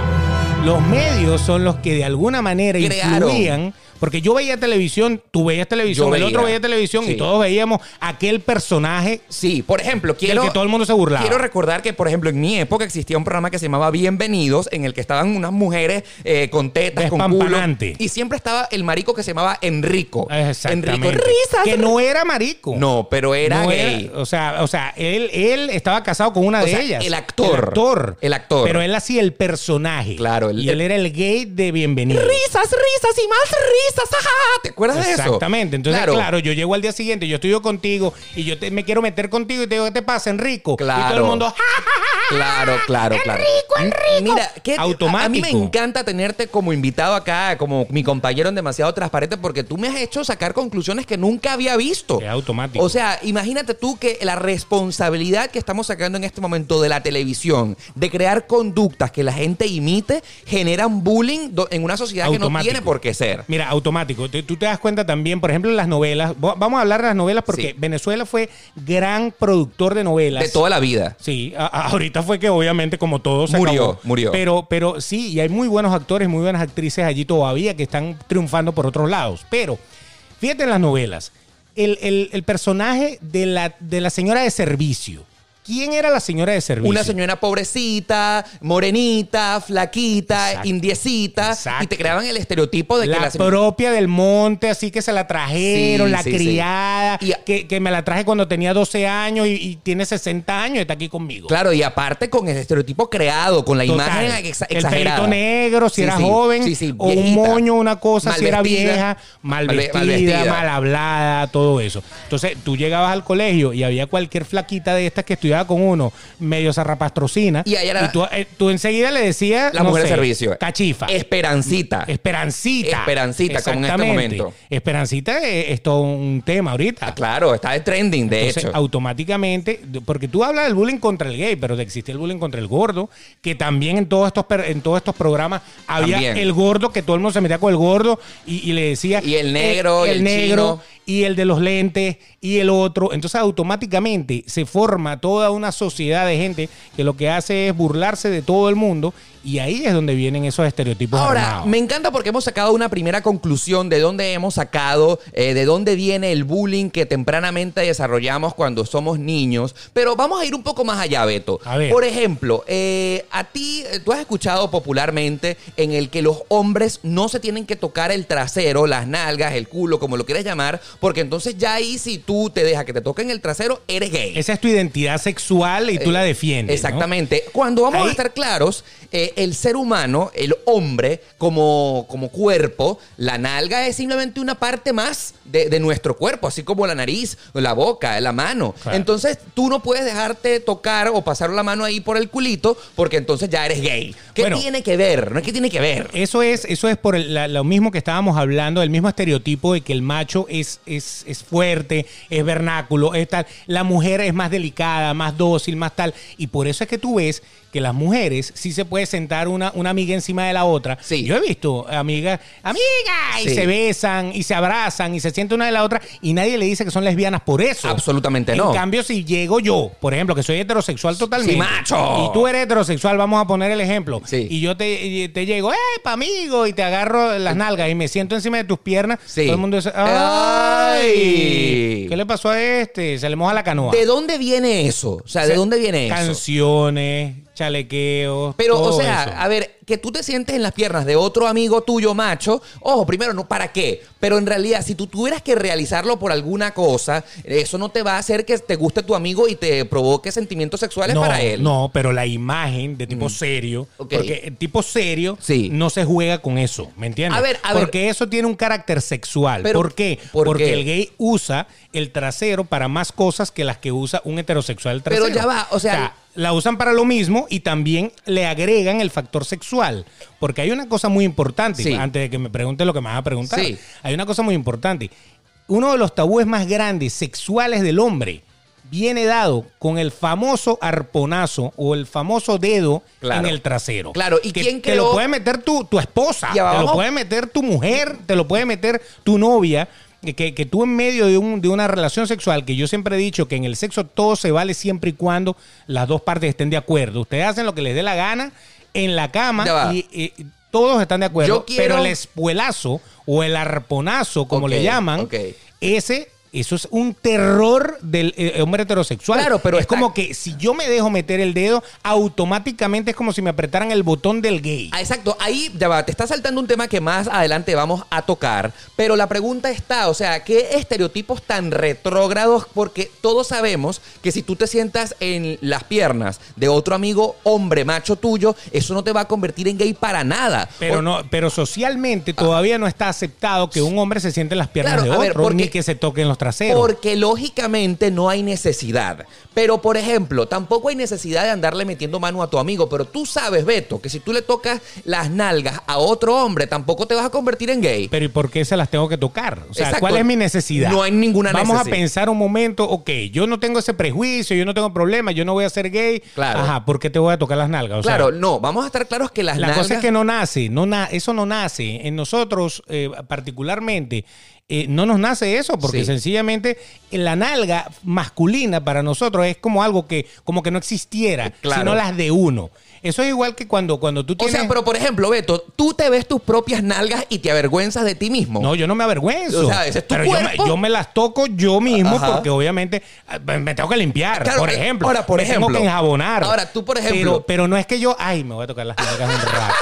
B: Los medios son los que de alguna manera
A: Crearon.
B: influían. Porque yo veía televisión, tú veías televisión,
A: Yo
B: el otro
A: veía.
B: veía televisión
A: Sí.
B: y todos veíamos aquel personaje
A: Sí, por ejemplo, quiero.
B: del que todo el mundo se burlaba.
A: Quiero recordar que, por ejemplo, en mi época existía un programa que se llamaba Bienvenidos, en el que estaban unas mujeres eh, con tetas, con culo.
B: Despampanante.
A: Y siempre estaba el marico que se llamaba Enrico.
B: Eh, Exactamente.
A: Enrico Risas.
B: Que no era marico.
A: No, pero era
B: No
A: gay.
B: o sea, o sea él, él estaba casado con una
A: O
B: de
A: sea,
B: ellas.
A: el actor.
B: El actor.
A: El actor.
B: Pero él hacía el personaje.
A: Claro, el-
B: y él era el gay de bienvenido.
A: Risas, risas y más risas. ajá. ¿Te acuerdas de eso?
B: Exactamente. Entonces, claro.
A: Claro.
B: yo llego al día siguiente, yo estudio contigo y yo te- me quiero meter contigo y te digo, ¿qué te pasa, Enrico? Y todo el
A: Claro.
B: mundo, ¡ah!
A: Claro, claro, claro. rico, Mira, ¿qué-
B: Automático.
A: A, a mí me encanta tenerte como invitado acá, como mi compañero en Demasiado Transparente, porque tú me has hecho sacar conclusiones que nunca había visto.
B: Es automático.
A: O sea, imagínate tú que la responsabilidad que estamos sacando en este momento de la televisión, de crear conductas que la gente imite, generan bullying do- en una sociedad que no
B: Automático.
A: tiene por qué ser.
B: Mira, automático. Te- tú te das cuenta también, por ejemplo, en las novelas. Vo- Vamos a hablar de las novelas porque
A: Sí.
B: Venezuela fue gran productor de novelas.
A: De toda la vida.
B: Sí, a- a- ahorita fue que obviamente como todos se
A: Murió,
B: acabó.
A: murió.
B: Pero, pero sí, y hay muy buenos actores, muy buenas actrices allí todavía que están triunfando por otros lados. Pero fíjate en las novelas, el, el- el personaje de la, de la señora de servicio. ¿Quién era la señora de servicio?
A: Una señora pobrecita, morenita, flaquita,
B: Exacto.
A: indiecita. Y
B: Exacto.
A: te creaban el estereotipo de que
B: La,
A: la señora...
B: propia del monte, así que se la trajeron,
A: Sí,
B: la
A: sí, sí.
B: criada,
A: Y-
B: que, que me la traje cuando tenía 12 años y, y tiene 60 años y está aquí conmigo.
A: Claro, y aparte con el estereotipo creado, con la
B: Total.
A: imagen exa-
B: El
A: exagerada.
B: pelito negro, si
A: Sí,
B: era
A: sí.
B: joven,
A: Sí, sí,
B: o un
A: viejita.
B: moño, una cosa,
A: Mal
B: si era
A: vestida.
B: vieja, mal
A: Mal ve-
B: vestida,
A: mal
B: mal,
A: vestida.
B: hablada, todo eso. Entonces, tú llegabas al colegio y había cualquier flaquita de estas que estudiaba con uno, medio zarrapastrocina,
A: Y ahí era-
B: tú, eh, tú enseguida le decías,
A: La
B: no
A: mujer de
B: sé,
A: servicio.
B: Cachifa.
A: Esperancita.
B: Esperancita.
A: Esperancita, como en este
B: Exactamente.
A: momento.
B: Esperancita es, es todo un tema ahorita.
A: Ah, claro, está de trending, de
B: Entonces,
A: hecho.
B: automáticamente, porque tú hablas del bullying contra el gay, pero existe el bullying contra el gordo, que también en todos estos per- en todos estos programas había
A: También.
B: el gordo, que todo el mundo se metía con el gordo y, y le decía. "Eh,
A: Y el negro, y el chino.
B: y el de los lentes, y el otro. Entonces, automáticamente se forma toda una sociedad de gente que lo que hace es burlarse de todo el mundo, y ahí es donde vienen esos estereotipos
A: Ahora,
B: armados.
A: me encanta porque hemos sacado una primera conclusión de dónde hemos sacado, eh, de dónde viene el bullying que tempranamente desarrollamos cuando somos niños. Pero vamos a ir un poco más allá, Beto.
B: A ver.
A: Por ejemplo, eh, a ti, eh, tú has escuchado popularmente en el que los hombres no se tienen que tocar el trasero, las nalgas, el culo, como lo quieras llamar, porque entonces ya ahí si tú te dejas que te toquen el trasero, eres gay.
B: Esa es tu identidad sexual y tú la defiendes. ¿no?
A: Eh, Exactamente. Cuando vamos
B: Ahí-
A: a estar claros, eh, el ser humano, el hombre, como, como cuerpo, la nalga es simplemente una parte más de, de nuestro cuerpo, así como la nariz, la boca, la mano.
B: Claro.
A: Entonces, tú no puedes dejarte tocar o pasar la mano ahí por el culito, porque entonces ya eres gay. ¿Qué
B: Bueno.
A: tiene que ver? No es que tiene que ver.
B: Eso es, eso es por el- la- lo mismo que estábamos hablando, el mismo estereotipo de que el macho es, es, es fuerte, es vernáculo, es tal. La mujer es más delicada, más dócil, más tal. Y por eso es que tú ves que las mujeres sí se puede sentar una, una amiga encima de la otra.
A: Sí.
B: Yo he visto amigas, amiga, y
A: Sí.
B: se besan, y se abrazan, y se sienten una de la otra, y nadie le dice que son lesbianas por eso.
A: Absolutamente no.
B: En cambio, si llego yo, por ejemplo, que soy heterosexual totalmente.
A: macho.
B: Y tú eres heterosexual, vamos a poner el ejemplo.
A: Sí.
B: Y yo te, y te llego, ¡epa, amigo! Y te agarro las nalgas y me siento encima de tus piernas.
A: Eh. Sí.
B: Todo el mundo dice, ¡ay!
A: Ay.
B: ¿Qué le pasó a este? Se le moja la canoa.
A: ¿De dónde viene eso? O sea, ¿de dónde viene eso?
B: Canciones, chalequeos.
A: Pero,
B: todo
A: o sea,
B: eso.
A: a ver, que tú te sientes en las piernas de otro amigo tuyo macho, ojo, primero, no, ¿para qué? Pero en realidad, si tú tuvieras que realizarlo por alguna cosa, eso no te va a hacer que te guste tu amigo y te provoque sentimientos sexuales
B: no,
A: para él. Mm.
B: No, pero la imagen de tipo serio,
A: Ok.
B: porque el tipo serio
A: Sí.
B: no se juega con eso, ¿me entiendes?
A: A ver, a ver.
B: porque eso tiene un carácter sexual.
A: Pero,
B: ¿Por qué?
A: ¿por
B: porque
A: qué?
B: el gay usa el trasero para más cosas que las que usa un heterosexual trasero.
A: Pero ya va, o sea-
B: la usan para lo mismo y también le agregan el factor sexual. Porque hay una cosa muy importante,
A: Sí.
B: antes de que me pregunte lo que me vas a preguntar,
A: Sí.
B: hay una cosa muy importante. Uno de los tabúes más grandes sexuales del hombre viene dado con el famoso arponazo o el famoso dedo
A: Claro.
B: en el trasero.
A: Claro, ¿y
B: que,
A: quién
B: Te lo
A: creó-
B: puede meter tu, tu esposa, te
A: Ya
B: lo
A: vamos.
B: puede meter tu mujer, te lo puede meter tu novia. Que, que tú en medio de, un- de una relación sexual, que yo siempre he dicho que en el sexo todo se vale siempre y cuando las dos partes estén de acuerdo. Ustedes hacen lo que les dé la gana en la cama
A: Ya va.
B: y, y todos están de acuerdo.
A: Yo quiero-
B: Pero el espuelazo o el arponazo, como
A: Ok,
B: le llaman,
A: ok.
B: ese... Eso es un terror del eh, hombre heterosexual.
A: Claro, pero
B: es
A: está-
B: como que si yo me dejo meter el dedo, automáticamente es como si me apretaran el botón del gay.
A: Ah, Exacto, ahí ya va, te está saltando un tema que más adelante vamos a tocar, pero la pregunta está, o sea, ¿qué estereotipos tan retrógrados? Porque todos sabemos que si tú te sientas en las piernas de otro amigo hombre macho tuyo, eso no te va a convertir en gay para nada.
B: Pero
A: O- Ah.
B: no, pero socialmente todavía no está aceptado que un hombre se siente en las piernas
A: Claro,
B: de
A: a ver,
B: otro,
A: porque-
B: ni que se toquen los traseros.
A: Porque lógicamente no hay necesidad. Pero, por ejemplo, tampoco hay necesidad de andarle metiendo mano a tu amigo. Pero tú sabes, Beto, que si tú le tocas las nalgas a otro hombre, tampoco te vas a convertir en gay.
B: Pero ¿y por qué se las tengo que tocar? O sea,
A: Exacto.
B: ¿cuál es mi necesidad?
A: No hay ninguna
B: Vamos
A: necesidad.
B: a pensar un momento, ok, yo no tengo ese prejuicio, yo no tengo problema, yo no voy a ser gay.
A: Claro.
B: Ajá, ¿por qué te voy a tocar las nalgas? O sea,
A: claro, no, vamos a estar claros que las
B: La
A: nalgas...
B: cosa es que no nace, no na- eso no nace. En nosotros, eh, particularmente, eh, no nos nace eso, porque
A: Sí.
B: sencillamente la nalga masculina para nosotros es como algo que, como que no existiera,
A: Claro.
B: sino las de uno. Eso es igual que cuando, cuando tú
A: O
B: tienes.
A: sea, pero por ejemplo, Beto, tú te ves tus propias nalgas y te avergüenzas de ti mismo.
B: No, yo no me avergüenzo.
A: O sea, ese es tu
B: pero yo me- Yo,
A: cuerpo.
B: me, las toco yo mismo
A: Ajá.
B: porque obviamente ah, me tengo que limpiar,
A: Claro,
B: por
A: eh,
B: ejemplo.
A: ahora, por
B: me Tengo
A: ejemplo.
B: que enjabonar.
A: Ahora, tú, por ejemplo.
B: Pero, pero no es que yo, ay, me voy a tocar las nalgas un rato.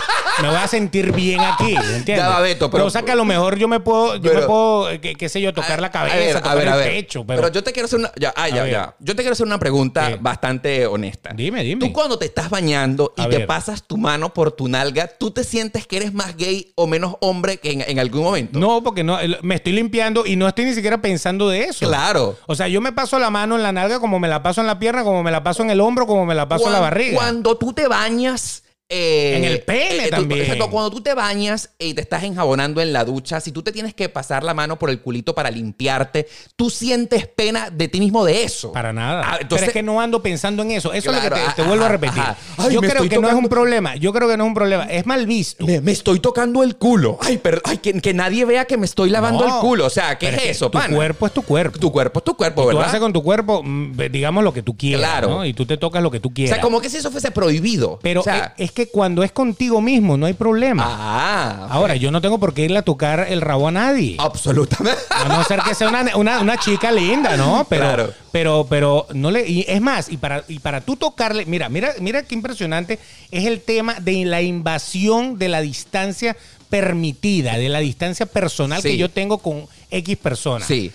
B: Me voy a sentir bien aquí, ¿entiendes?
A: Ya va, Beto, pero-
B: o sea, que a lo mejor yo me puedo, yo
A: Pero-
B: me puedo, eh, qué, qué sé yo, tocar
A: A-
B: la cabeza,
A: a ver,
B: tocar
A: a ver,
B: el
A: a ver.
B: pecho. Pero,
A: Pero... yo te quiero hacer una. Ya, ah, ya,
B: ver.
A: ya. Yo te quiero hacer una pregunta
B: ¿Qué?
A: bastante honesta.
B: Dime, dime.
A: Tú cuando te estás bañando y
B: A
A: te
B: ver.
A: pasas tu mano por tu nalga, ¿tú te sientes que eres más gay o menos hombre que en, en algún momento?
B: No, porque no, el- me estoy limpiando y no estoy ni siquiera pensando de eso.
A: Claro.
B: O sea, yo me paso la mano en la nalga como me la paso en la pierna, como me la paso en el hombro, como me la paso en la
A: Cuan-
B: barriga.
A: Cuando tú te bañas. eh,
B: En el pene
A: tú-
B: también.
A: exacto, cuando tú te bañas y te estás enjabonando en la ducha, si tú te tienes que pasar la mano por el culito para limpiarte, tú sientes pena de ti mismo de eso.
B: Para nada.
A: Ah, entonces,
B: Pero es que no ando pensando en eso. Eso es lo que
A: Claro,
B: te, te
A: ajá,
B: vuelvo a repetir.
A: ajá. Ay,
B: yo
A: me
B: creo
A: estoy
B: que no es un
A: tocando-
B: problema. Yo creo que no es un problema. Es mal visto.
A: me, me estoy tocando el culo. Ay, pero, ay que, que nadie vea que me estoy lavando
B: No.
A: el culo. O sea, ¿qué
B: Pero
A: es,
B: que
A: eso,
B: Tu
A: pana?
B: cuerpo es tu cuerpo.
A: Tu cuerpo es tu cuerpo,
B: Tú
A: ¿verdad?
B: haces con tu cuerpo, mm, digamos, lo que tú quieras.
A: Claro.
B: ¿no? Y tú te tocas lo que tú
A: O
B: quieras.
A: sea, como que si eso fuese prohibido.
B: Pero e, eh,
A: O sea,
B: es, es que cuando es contigo mismo, no hay problema.
A: ah,
B: Ahora, yo no tengo por qué irle a tocar el rabo a nadie.
A: absolutamente.
B: A no ser que sea una, una- una chica linda, ¿no? Pero,
A: Claro.
B: pero, pero no le. Y es más, y para, y para tú tocarle, mira, mira, mira qué impresionante es el tema de la invasión de la distancia permitida, de la distancia personal
A: Sí.
B: que yo tengo con X persona.
A: Sí.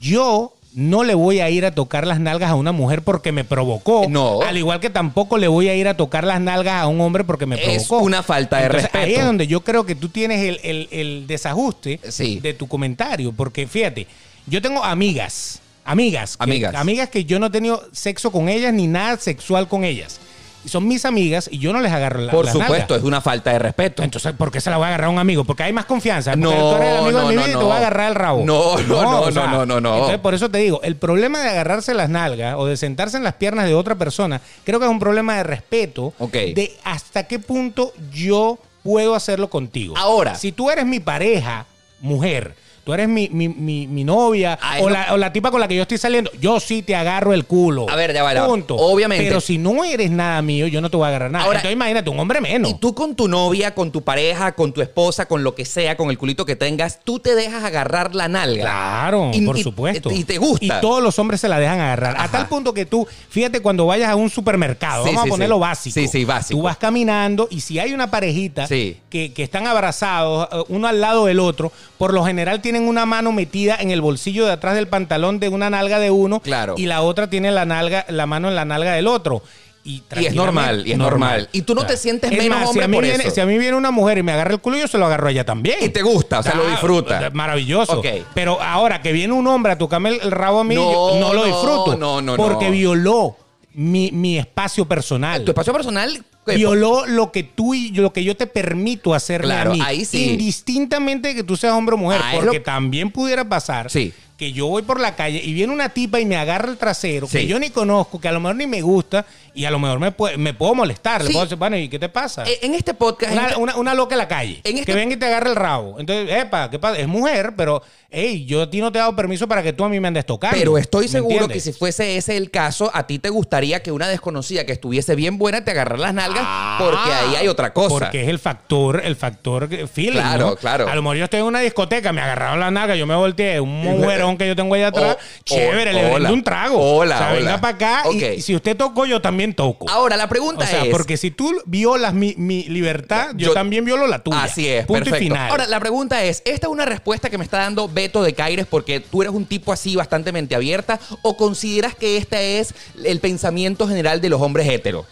B: Yo no le voy a ir a tocar las nalgas a una mujer porque me provocó.
A: No.
B: Al igual que tampoco le voy a ir a tocar las nalgas a un hombre porque me
A: Es
B: provocó.
A: una falta de
B: Ahí
A: respeto.
B: es donde yo creo que tú tienes el, el- el desajuste
A: Sí.
B: de tu comentario. Porque fíjate, yo tengo amigas. Amigas. que-
A: Amigas.
B: Amigas que yo no he tenido sexo con ellas ni nada sexual con ellas. Y Son mis amigas y yo no les agarro la,
A: Por
B: las
A: supuesto,
B: nalgas.
A: es una falta de respeto.
B: Entonces, ¿por qué se la voy a agarrar a un amigo? Porque hay más confianza. Porque
A: No,
B: tú eres el amigo de
A: no,
B: mi
A: no,
B: vida y te
A: no.
B: voy a agarrar el rabo.
A: No, no, no,
B: o
A: no, no, no, no.
B: Entonces, por eso te digo, el problema de agarrarse las nalgas o de sentarse en las piernas de otra persona, creo que es un problema de respeto.
A: Ok.
B: De hasta qué punto yo puedo hacerlo contigo.
A: Ahora.
B: Si tú eres mi pareja, mujer, tú eres mi, mi, mi, mi novia
A: Ah, es
B: o,
A: lo-
B: la, o la tipa con la que yo estoy saliendo, yo sí te agarro el culo.
A: A ver, ya va, ya va.
B: Punto.
A: Obviamente.
B: Pero si no eres nada mío, yo no te voy a agarrar nada.
A: Ahora-
B: Entonces imagínate, un hombre menos.
A: Y tú con tu novia, con tu pareja, con tu esposa, con lo que sea, con el culito que tengas, tú te dejas agarrar la nalga.
B: Claro,
A: Y-
B: por
A: y-
B: supuesto.
A: Y te gusta.
B: Y todos los hombres se la dejan agarrar. A
A: Ajá.
B: tal punto que tú, fíjate, cuando vayas a un supermercado,
A: Sí,
B: vamos
A: sí,
B: a poner
A: sí.
B: lo básico.
A: Sí, sí, básico.
B: Tú vas caminando y si hay una parejita
A: Sí.
B: que, que están abrazados, eh, uno al lado del otro, por lo general tienen una mano metida en el bolsillo de atrás del pantalón de una nalga de uno
A: Claro.
B: y la otra tiene la, nalga, la mano en la nalga del otro. Y, tranquilamente-
A: normal, y es normal. Y tú no te sientes
B: Es
A: menos
B: más, si
A: hombre
B: a mí
A: por
B: viene-
A: eso.
B: Si a mí viene una mujer y me agarra el culo, yo se lo agarro a ella también.
A: Y te gusta, o sea, lo disfruta.
B: Maravilloso.
A: Ok.
B: Pero ahora que viene un hombre a tocarme el, el rabo a mí,
A: No,
B: yo no lo
A: no,
B: disfruto.
A: no, no,
B: Porque
A: no.
B: violó mi, mi espacio personal.
A: Tu espacio personal. eh,
B: Violó lo que tú y lo que yo te permito hacerle
A: Claro,
B: a mí.
A: ahí sí.
B: Indistintamente de que tú seas hombre o mujer.
A: Ah, es
B: porque
A: lo-
B: también pudiera pasar
A: Sí.
B: que yo voy por la calle y viene una tipa y me agarra el trasero
A: Sí.
B: que yo ni conozco, que a lo mejor ni me gusta y a lo mejor me, puede- me puedo molestar. Le
A: Sí.
B: puedo decir, bueno, ¿y qué te pasa?
A: eh, En este podcast. en
B: Una,
A: este-
B: una- una loca en la calle.
A: En este-
B: Que venga y te agarre el rabo. Entonces, epa, ¿qué pasa? Es mujer, pero, hey, yo a ti no te he dado permiso para que tú a mí me andes tocando.
A: Pero estoy
B: ¿Me
A: seguro
B: entiendes?
A: que si fuese ese el caso, a ti te gustaría que una desconocida que estuviese bien buena te agarrara las nalgas porque ahí hay otra cosa.
B: Porque es el factor, el factor que- feeling.
A: Claro,
B: ¿no?
A: claro.
B: A lo mejor yo estoy en una discoteca, me agarraron la nalga, yo me volteé, un mujerón que yo tengo allá atrás,
A: Oh,
B: chévere,
A: oh,
B: le
A: hola,
B: brindé un trago.
A: hola,
B: o sea,
A: hola.
B: venga para acá y-
A: Ok.
B: y, si usted tocó, yo también toco.
A: Ahora, la
B: o
A: pregunta
B: sea,
A: es.
B: porque si tú violas mi, mi libertad, yo,
A: Yo-
B: también violo la tuya.
A: Así es,
B: Punto y
A: perfecto.
B: final.
A: Ahora, la pregunta es, ¿esta es una respuesta que me está dando Beto de Caires porque tú eres un tipo así bastante mente abierta o consideras que este es el pensamiento general de los hombres heteros?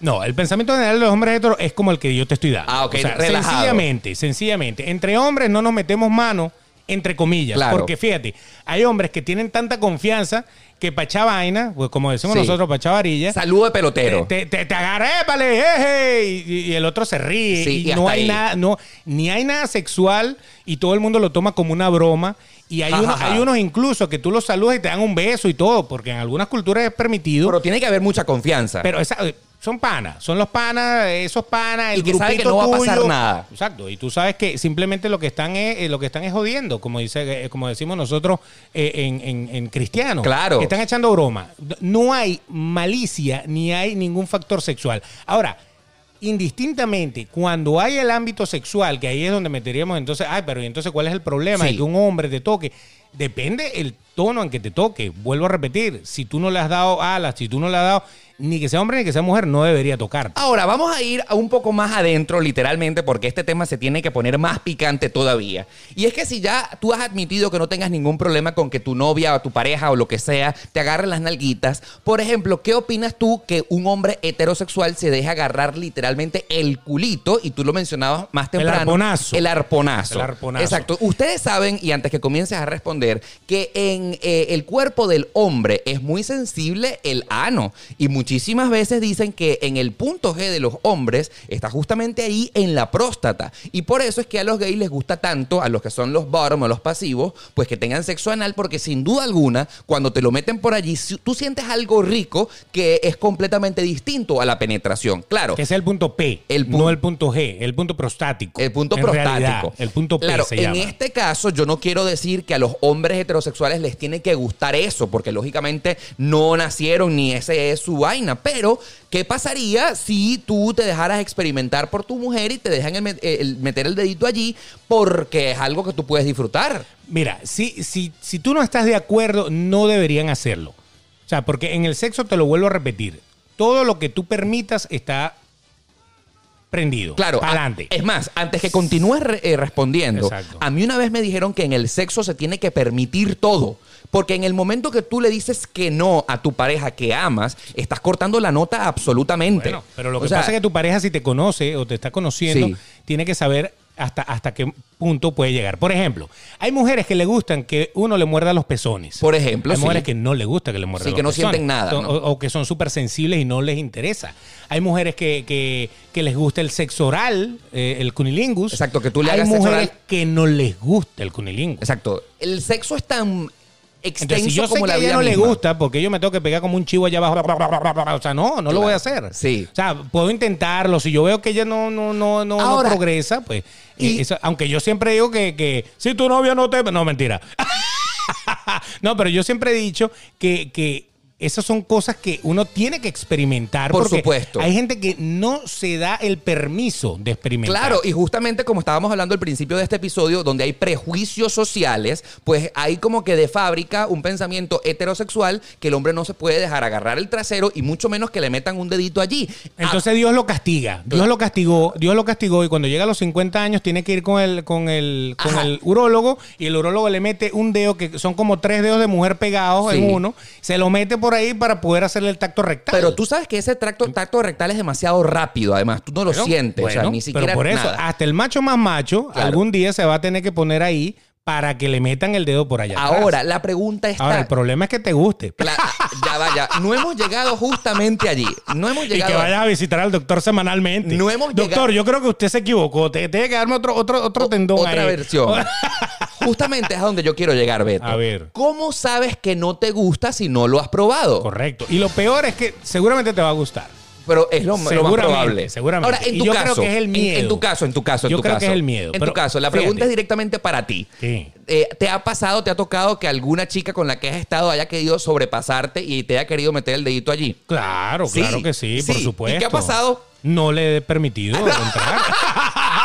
B: No, el pensamiento general de los hombres heteros es como el que yo te estoy dando.
A: Ah, ok,
B: O sea,
A: relajado.
B: sencillamente, sencillamente. Entre hombres no nos metemos mano, entre comillas.
A: Claro.
B: Porque fíjate, hay hombres que tienen tanta confianza que pachá vaina, pues como decimos
A: Sí.
B: nosotros, pachá varilla.
A: Saludo de pelotero.
B: Eh, Te, te, te agarra, ¡épale! ¡eje! Y, y el otro se ríe.
A: Sí,
B: y,
A: y
B: no
A: hasta
B: hay
A: ahí.
B: nada, no, ni hay nada sexual y todo el mundo lo toma como una broma. Y hay,
A: Ja, ja,
B: unos,
A: ja.
B: hay unos incluso que tú los saludas y te dan un beso y todo, porque en algunas culturas es permitido.
A: Pero tiene que haber mucha confianza.
B: Pero esa- eh, son panas, son los panas, esos panas, el
A: Y que sabe que
B: grupito
A: no va a pasar
B: tuyo.
A: nada.
B: Exacto, y tú sabes que simplemente lo que están es eh, lo que están es jodiendo, como dice eh, como decimos nosotros eh, en, en- en cristiano.
A: Claro.
B: Están echando broma. No hay malicia ni hay ningún factor sexual. Ahora, indistintamente, cuando hay el ámbito sexual, que ahí es donde meteríamos entonces, ay, pero ¿y entonces cuál es el problema
A: Sí.
B: de que un hombre te toque? Depende el tono en que te toque. Vuelvo a repetir, si tú no le has dado alas, si tú no le has dado, ni que sea hombre ni que sea mujer, no debería tocarte.
A: Ahora, vamos a ir a un poco más adentro, literalmente, porque este tema se tiene que poner más picante todavía. Y es que si ya tú has admitido que no tengas ningún problema con que tu novia o tu pareja o lo que sea te agarre las nalguitas, por ejemplo, ¿qué opinas tú que un hombre heterosexual se deje agarrar literalmente el culito? Y tú lo mencionabas más temprano.
B: arponazo.
A: El arponazo.
B: El arponazo.
A: Exacto. Ustedes saben, y antes que comiences a responder, que en eh, el cuerpo del hombre es muy sensible el ano. Y muchísimas veces dicen que en el punto G de los hombres está justamente ahí en la próstata. Y por eso es que a los gays les gusta tanto, a los que son los bottom o los pasivos, pues que tengan sexo anal, porque sin duda alguna, cuando te lo meten por allí, si- tú sientes algo rico que es completamente distinto a la penetración. Claro.
B: Que sea el punto P,
A: El
B: no
A: pun-
B: el punto G, el punto prostático.
A: El punto
B: En
A: prostático.
B: realidad, el punto P
A: Claro,
B: se
A: en
B: llama.
A: este caso yo no quiero decir que a los hombres heterosexuales les tiene que gustar eso, porque lógicamente no nacieron ni ese es su vaina. Pero, ¿qué pasaría si tú te dejaras experimentar por tu mujer y te dejan el met- el meter el dedito allí porque es algo que tú puedes disfrutar?
B: Mira, si, si, si tú no estás de acuerdo, no deberían hacerlo. O sea, porque en el sexo te lo vuelvo a repetir. Todo lo que tú permitas está prendido.
A: Claro,
B: Para
A: a-
B: adelante.
A: Es más, antes que continúes re- eh, respondiendo,
B: Exacto.
A: a mí una vez me dijeron que en el sexo se tiene que permitir todo. Porque en el momento que tú le dices que no a tu pareja que amas, estás cortando la nota absolutamente.
B: Bueno, pero lo
A: O
B: que
A: sea,
B: pasa es que tu pareja, si te conoce o te está conociendo,
A: Sí.
B: tiene que saber hasta, hasta qué punto puede llegar. Por ejemplo, hay mujeres que le gustan que uno le muerda los pezones.
A: Por ejemplo,
B: Hay mujeres
A: sí.
B: que no le gusta que le muerdan
A: Sí,
B: los
A: que no
B: pezones.
A: sienten nada,
B: O-
A: ¿no?
B: O, o que son súper sensibles y no les interesa. Hay mujeres que, que- que les gusta el sexo oral, eh, el cunilingus.
A: Exacto, que tú le
B: Hay
A: hagas sexo
B: mujeres
A: oral.
B: que no les gusta el cunilingus.
A: Exacto. El sexo es tan extenso
B: Entonces, si yo sé
A: como
B: que
A: la
B: a
A: vida
B: ella no le
A: misma.
B: gusta, porque yo me tengo que pegar como un chivo allá abajo. O sea, no, no lo voy a hacer.
A: Sí.
B: O sea, puedo intentarlo. Si yo veo que ella no, no, no, no, no
A: Ahora-
B: progresa, pues.
A: Y-
B: eh, eso- aunque yo siempre digo que, que si tu novio no te. No, mentira. no, pero yo siempre he dicho que. que esas son cosas que uno tiene que experimentar.
A: Por
B: porque
A: supuesto.
B: Hay gente que no se da el permiso de experimentar.
A: Claro, y justamente como estábamos hablando al principio de este episodio, donde hay prejuicios sociales, pues hay como que de fábrica un pensamiento heterosexual que el hombre no se puede dejar agarrar el trasero y mucho menos que le metan un dedito allí. Ah,
B: Entonces Dios lo castiga. Dios lo castigó, Dios lo castigó y cuando llega a los 50 años tiene que ir con el con el con
A: Ajá.
B: el urólogo y el urólogo le mete un dedo que son como tres dedos de mujer pegados
A: Sí.
B: en uno, se lo mete por ahí para poder hacerle el tacto rectal.
A: pero tú sabes que ese tracto, tacto rectal es demasiado rápido, además, tú no lo
B: Pero,
A: sientes, o sea,
B: bueno,
A: ni siquiera
B: Pero por eso, ah,
A: nada.
B: hasta el macho más macho
A: Claro.
B: algún día se va a tener que poner ahí para que le metan el dedo por allá. atrás.
A: Ahora, la pregunta está...
B: Ahora el problema es que te guste.
A: Cla- ya vaya, no hemos llegado justamente allí. No hemos
B: Y
A: llegado.
B: que vayas a visitar al doctor semanalmente.
A: No hemos llegado-
B: doctor, yo creo que usted se equivocó. Te, tiene que darme otro, otro, otro tendón
A: Otra
B: ahí.
A: versión. Justamente es a donde yo quiero llegar, Beto.
B: A ver.
A: ¿Cómo sabes que no te gusta si no lo has probado?
B: Correcto. Y lo peor es que seguramente te va a gustar.
A: Pero es lo, lo más
B: Seguramente,
A: probable.
B: seguramente.
A: Ahora, en
B: Y
A: tu
B: yo
A: caso.
B: creo que es el
A: en- En,
B: miedo.
A: tu caso, en tu caso, en
B: Yo
A: tu
B: creo que
A: caso.
B: es el miedo,
A: En tu
B: pero
A: caso, la
B: fíjate.
A: pregunta es directamente para ti.
B: Sí.
A: Eh, ¿Te ha pasado, te ha tocado que alguna chica con la que has estado haya querido sobrepasarte y te haya querido meter el dedito allí?
B: Claro,
A: Sí,
B: claro que sí,
A: sí.
B: por
A: ¿Y
B: supuesto.
A: qué ha pasado?
B: No le he permitido entrar. Ah,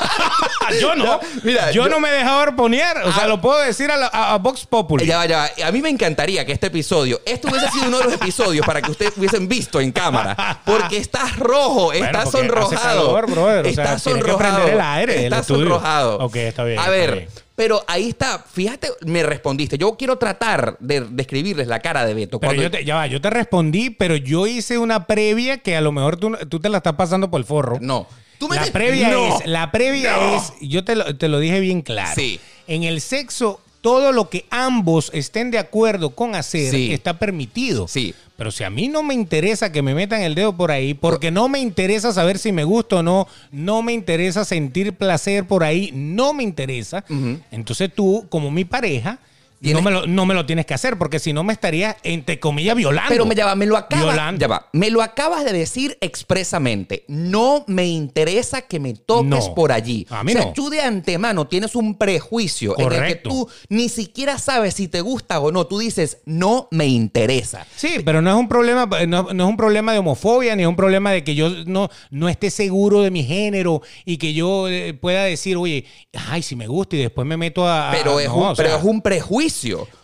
B: yo no.
A: mira,
B: yo,
A: yo-
B: no me he dejado arponear. O sea,
A: Ah.
B: lo puedo decir a, la- a- a Vox Populi.
A: Ya va, ya va. A mí me encantaría que este episodio, este hubiese sido uno de los episodios para que ustedes hubiesen visto en cámara, porque estás rojo,
B: Bueno,
A: estás
B: porque hace
A: sonrojado.
B: calor, brother. O sea,
A: estás
B: tienes que
A: sonrojado.
B: prender el aire del
A: estás
B: estudio.
A: sonrojado.
B: Ok, está bien,
A: A
B: está
A: ver,
B: bien.
A: pero ahí está. Fíjate, me respondiste. Yo quiero tratar de describirles la cara de Beto.
B: Pero
A: Cuando-
B: yo te, ya va, yo te respondí, pero yo hice una previa que a lo mejor tú, tú te la estás pasando por el forro.
A: No. Tú me
B: la
A: te-
B: previa
A: No.
B: es, la previa
A: No.
B: es, yo te lo, te lo dije bien claro.
A: Sí.
B: En el sexo, todo lo que ambos estén de acuerdo con hacer
A: Sí.
B: está permitido.
A: Sí.
B: Pero si a mí no me interesa que me metan el dedo por ahí, porque no me interesa saber si me gusta o no, no me interesa sentir placer por ahí, no me interesa, entonces tú, como mi pareja, no
A: Tienes-
B: me, lo, no me lo tienes que hacer, porque si no me estarías, entre comillas, violando.
A: Pero me, ya va, me lo acabas.
B: Violando.
A: ya va, me lo acabas de decir expresamente. No me interesa que me toques
B: No.
A: por allí.
B: A mí
A: o sea,
B: no.
A: tú de antemano tienes un prejuicio en el que
B: Correcto.
A: tú ni siquiera sabes si te gusta o no. Tú dices, no me interesa.
B: Sí, pero no es un problema, eh, no, no es un problema de homofobia, ni es un problema de que yo no, no esté seguro de mi género y que yo eh, pueda decir, oye, ay, si me gusta y después me meto a. a-
A: Pero, es,
B: Ah, no,
A: un,
B: o sea,
A: pero es un prejuicio.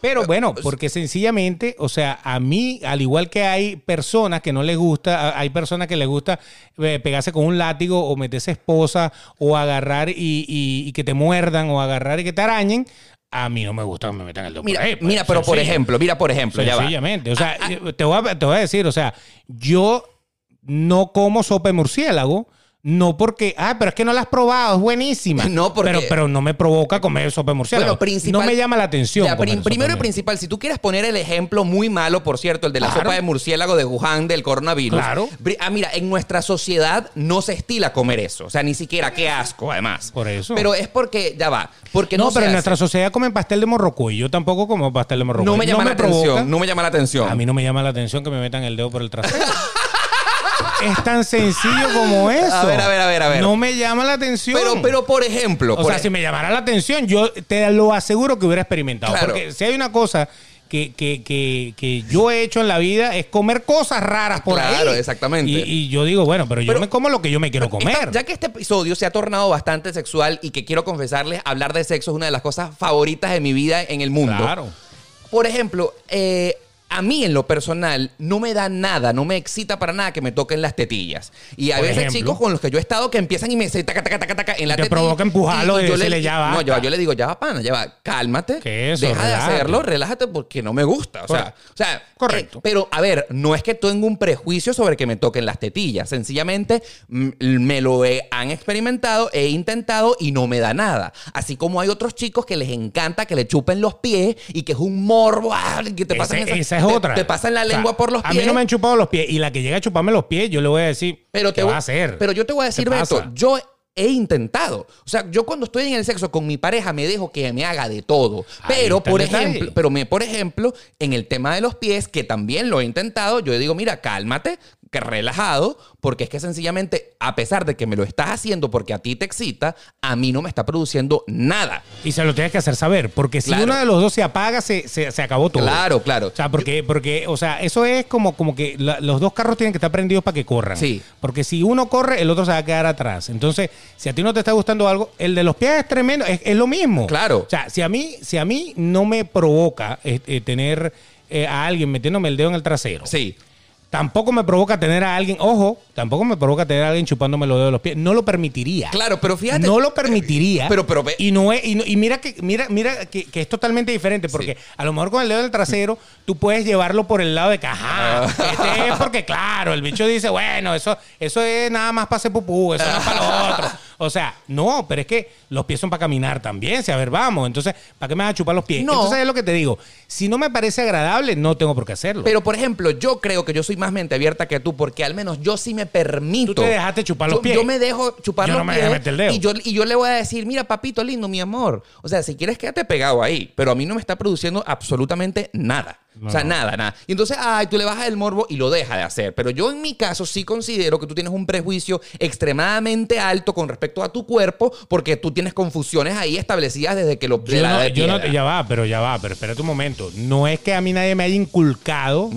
B: pero bueno, porque sencillamente, o sea, a mí, al igual que hay personas que no les gusta, a- hay personas que les gusta eh, pegarse con un látigo o meterse esposa o agarrar y, y- y que te muerdan o agarrar y que te arañen, a mí no me gusta que me metan el dedo por
A: Mira,
B: ahí, pues,
A: mira pero por
B: sencillo.
A: ejemplo, mira, por ejemplo, ya va. Ah,
B: Sencillamente. O sea, eh, te, voy a, te voy a decir, o sea, yo no como sopa de murciélago. No porque, ah, pero es que no la has probado, es buenísima.
A: No, porque-
B: Pero, pero no me provoca comer sopa de murciélago.
A: Bueno, principal-
B: no me llama la atención.
A: Ya,
B: comer
A: prim-
B: sopa de
A: primero y
B: murciélago.
A: principal, si tú quieres poner el ejemplo muy malo, por cierto, el de la
B: Claro.
A: sopa de murciélago de Wuhan del coronavirus.
B: Claro.
A: Bri- Ah, mira, en nuestra sociedad no se estila comer eso. O sea, ni siquiera, qué asco, además.
B: Por eso.
A: Pero es porque, ya va. Porque no,
B: No,
A: se
B: pero en
A: hace.
B: nuestra sociedad comen pastel de morrocoy. Yo tampoco como pastel de morrocoy.
A: No me llama la
B: provoca.
A: atención. No me llama la atención.
B: A mí no me llama la atención que me metan el dedo por el trasero. es tan sencillo como eso.
A: A ver, a ver, a ver, a ver.
B: No me llama la atención.
A: pero, pero, por ejemplo.
B: O
A: por e-
B: sea, si me llamara la atención, yo te lo aseguro que hubiera experimentado.
A: Claro.
B: Porque si hay una cosa que, que- que- que yo he hecho en la vida es comer cosas raras por ahí.
A: Claro, exactamente.
B: Y, y yo digo, bueno, pero,
A: Pero-
B: yo me como lo que yo me quiero
A: Esta-
B: comer.
A: ya que este episodio se ha tornado bastante sexual y que quiero confesarles, hablar de sexo es una de las cosas favoritas de mi vida en el mundo.
B: Claro.
A: Por ejemplo, eh, a mí en lo personal no me da nada, no me excita para nada que me toquen las tetillas. Y a
B: Por
A: veces
B: ejemplo.
A: chicos con los que yo he estado que empiezan y me dicen taca, taca, taca, taca en la
B: Te
A: tetilla.
B: provoca empujarlo y decirle, "Ya
A: No,
B: basta".
A: yo, yo le digo, ya va, pana, ya va, cálmate.
B: Que eso,
A: deja
B: relájate.
A: de hacerlo, relájate porque no me gusta. O sea,
B: Correcto.
A: o sea,
B: Correcto.
A: eh, pero a ver, no es que tengo un prejuicio sobre que me toquen las tetillas. Sencillamente mm, me lo he- han experimentado, he intentado y no me da nada. Así como hay otros chicos que les encanta que le chupen los pies y que es un morbo. ah, que te pasan
B: Ese-
A: esa-
B: esa
A: te-
B: es otra.
A: Te, pasan la
B: O sea,
A: lengua por los pies.
B: A mí no me han chupado los pies. Y la que llega a chuparme los pies, yo le voy a decir,
A: pero
B: ¿qué
A: te voy-
B: vas a hacer?
A: Pero yo te voy a decir,
B: ¿Qué pasa?
A: Beto, yo he intentado. O sea, yo cuando estoy en el sexo con mi pareja me dejo que me haga de todo.
B: Ahí
A: Pero,
B: está el
A: por
B: detalle.
A: ejemplo, pero me, por ejemplo, en el tema de los pies, que también lo he intentado, yo digo, mira, cálmate, que relajado, porque es que sencillamente, a pesar de que me lo estás haciendo porque a ti te excita, a mí no me está produciendo nada.
B: Y se lo tienes que hacer saber, porque si
A: Claro.
B: uno de los dos se apaga, se, se, se acabó todo.
A: Claro, claro.
B: O sea, porque, porque, o sea, eso es como, como que la- los dos carros tienen que estar prendidos para que corran.
A: Sí.
B: Porque si uno corre, el otro se va a quedar atrás. Entonces, si a ti no te está gustando algo, el de los pies es tremendo, es, es lo mismo.
A: Claro.
B: O sea, si a mí, si a mí no me provoca eh, eh, tener eh, a alguien metiéndome el dedo en el trasero.
A: Sí.
B: Tampoco me provoca tener a alguien, ojo, tampoco me provoca tener a alguien chupándome los dedos de los pies. No lo permitiría.
A: Claro, pero fíjate.
B: No lo permitiría.
A: Pero- pero ve-
B: y no es, y, no- y mira que mira mira que, que es totalmente diferente porque
A: Sí.
B: a lo mejor con el dedo del trasero tú puedes llevarlo por el lado de caja.
A: Ah.
B: Este es porque claro, el bicho dice, bueno, eso eso es nada más para hacer pupú, eso no es para lo otro. O sea, no, pero es que los pies son para caminar también, si a ver, vamos, entonces, ¿para qué me vas a chupar los pies?
A: No.
B: Entonces es lo que te digo, si no me parece agradable, no tengo por qué hacerlo.
A: Pero, por ejemplo, yo creo que yo soy más mente abierta que tú, porque al menos yo sí me permito.
B: Tú te dejaste chupar los
A: Yo-
B: pies.
A: Yo me dejo chupar
B: Yo
A: los
B: no me
A: pies.
B: dejé meter el dedo.
A: Y yo, y yo le voy a decir, mira, papito lindo, mi amor. O sea, si quieres, quédate pegado ahí. Pero a mí no me está produciendo absolutamente nada. O sea, nada, nada. Y entonces, ay, tú le bajas el morbo y lo deja de hacer. Pero yo en mi caso sí considero que tú tienes un prejuicio extremadamente alto con respecto a tu cuerpo porque tú tienes confusiones ahí establecidas desde que lo... de
B: Yo
A: la edad
B: no,
A: de
B: yo no-
A: piedra.
B: ya va, pero ya va, pero espérate un momento. No es que a mí nadie me haya inculcado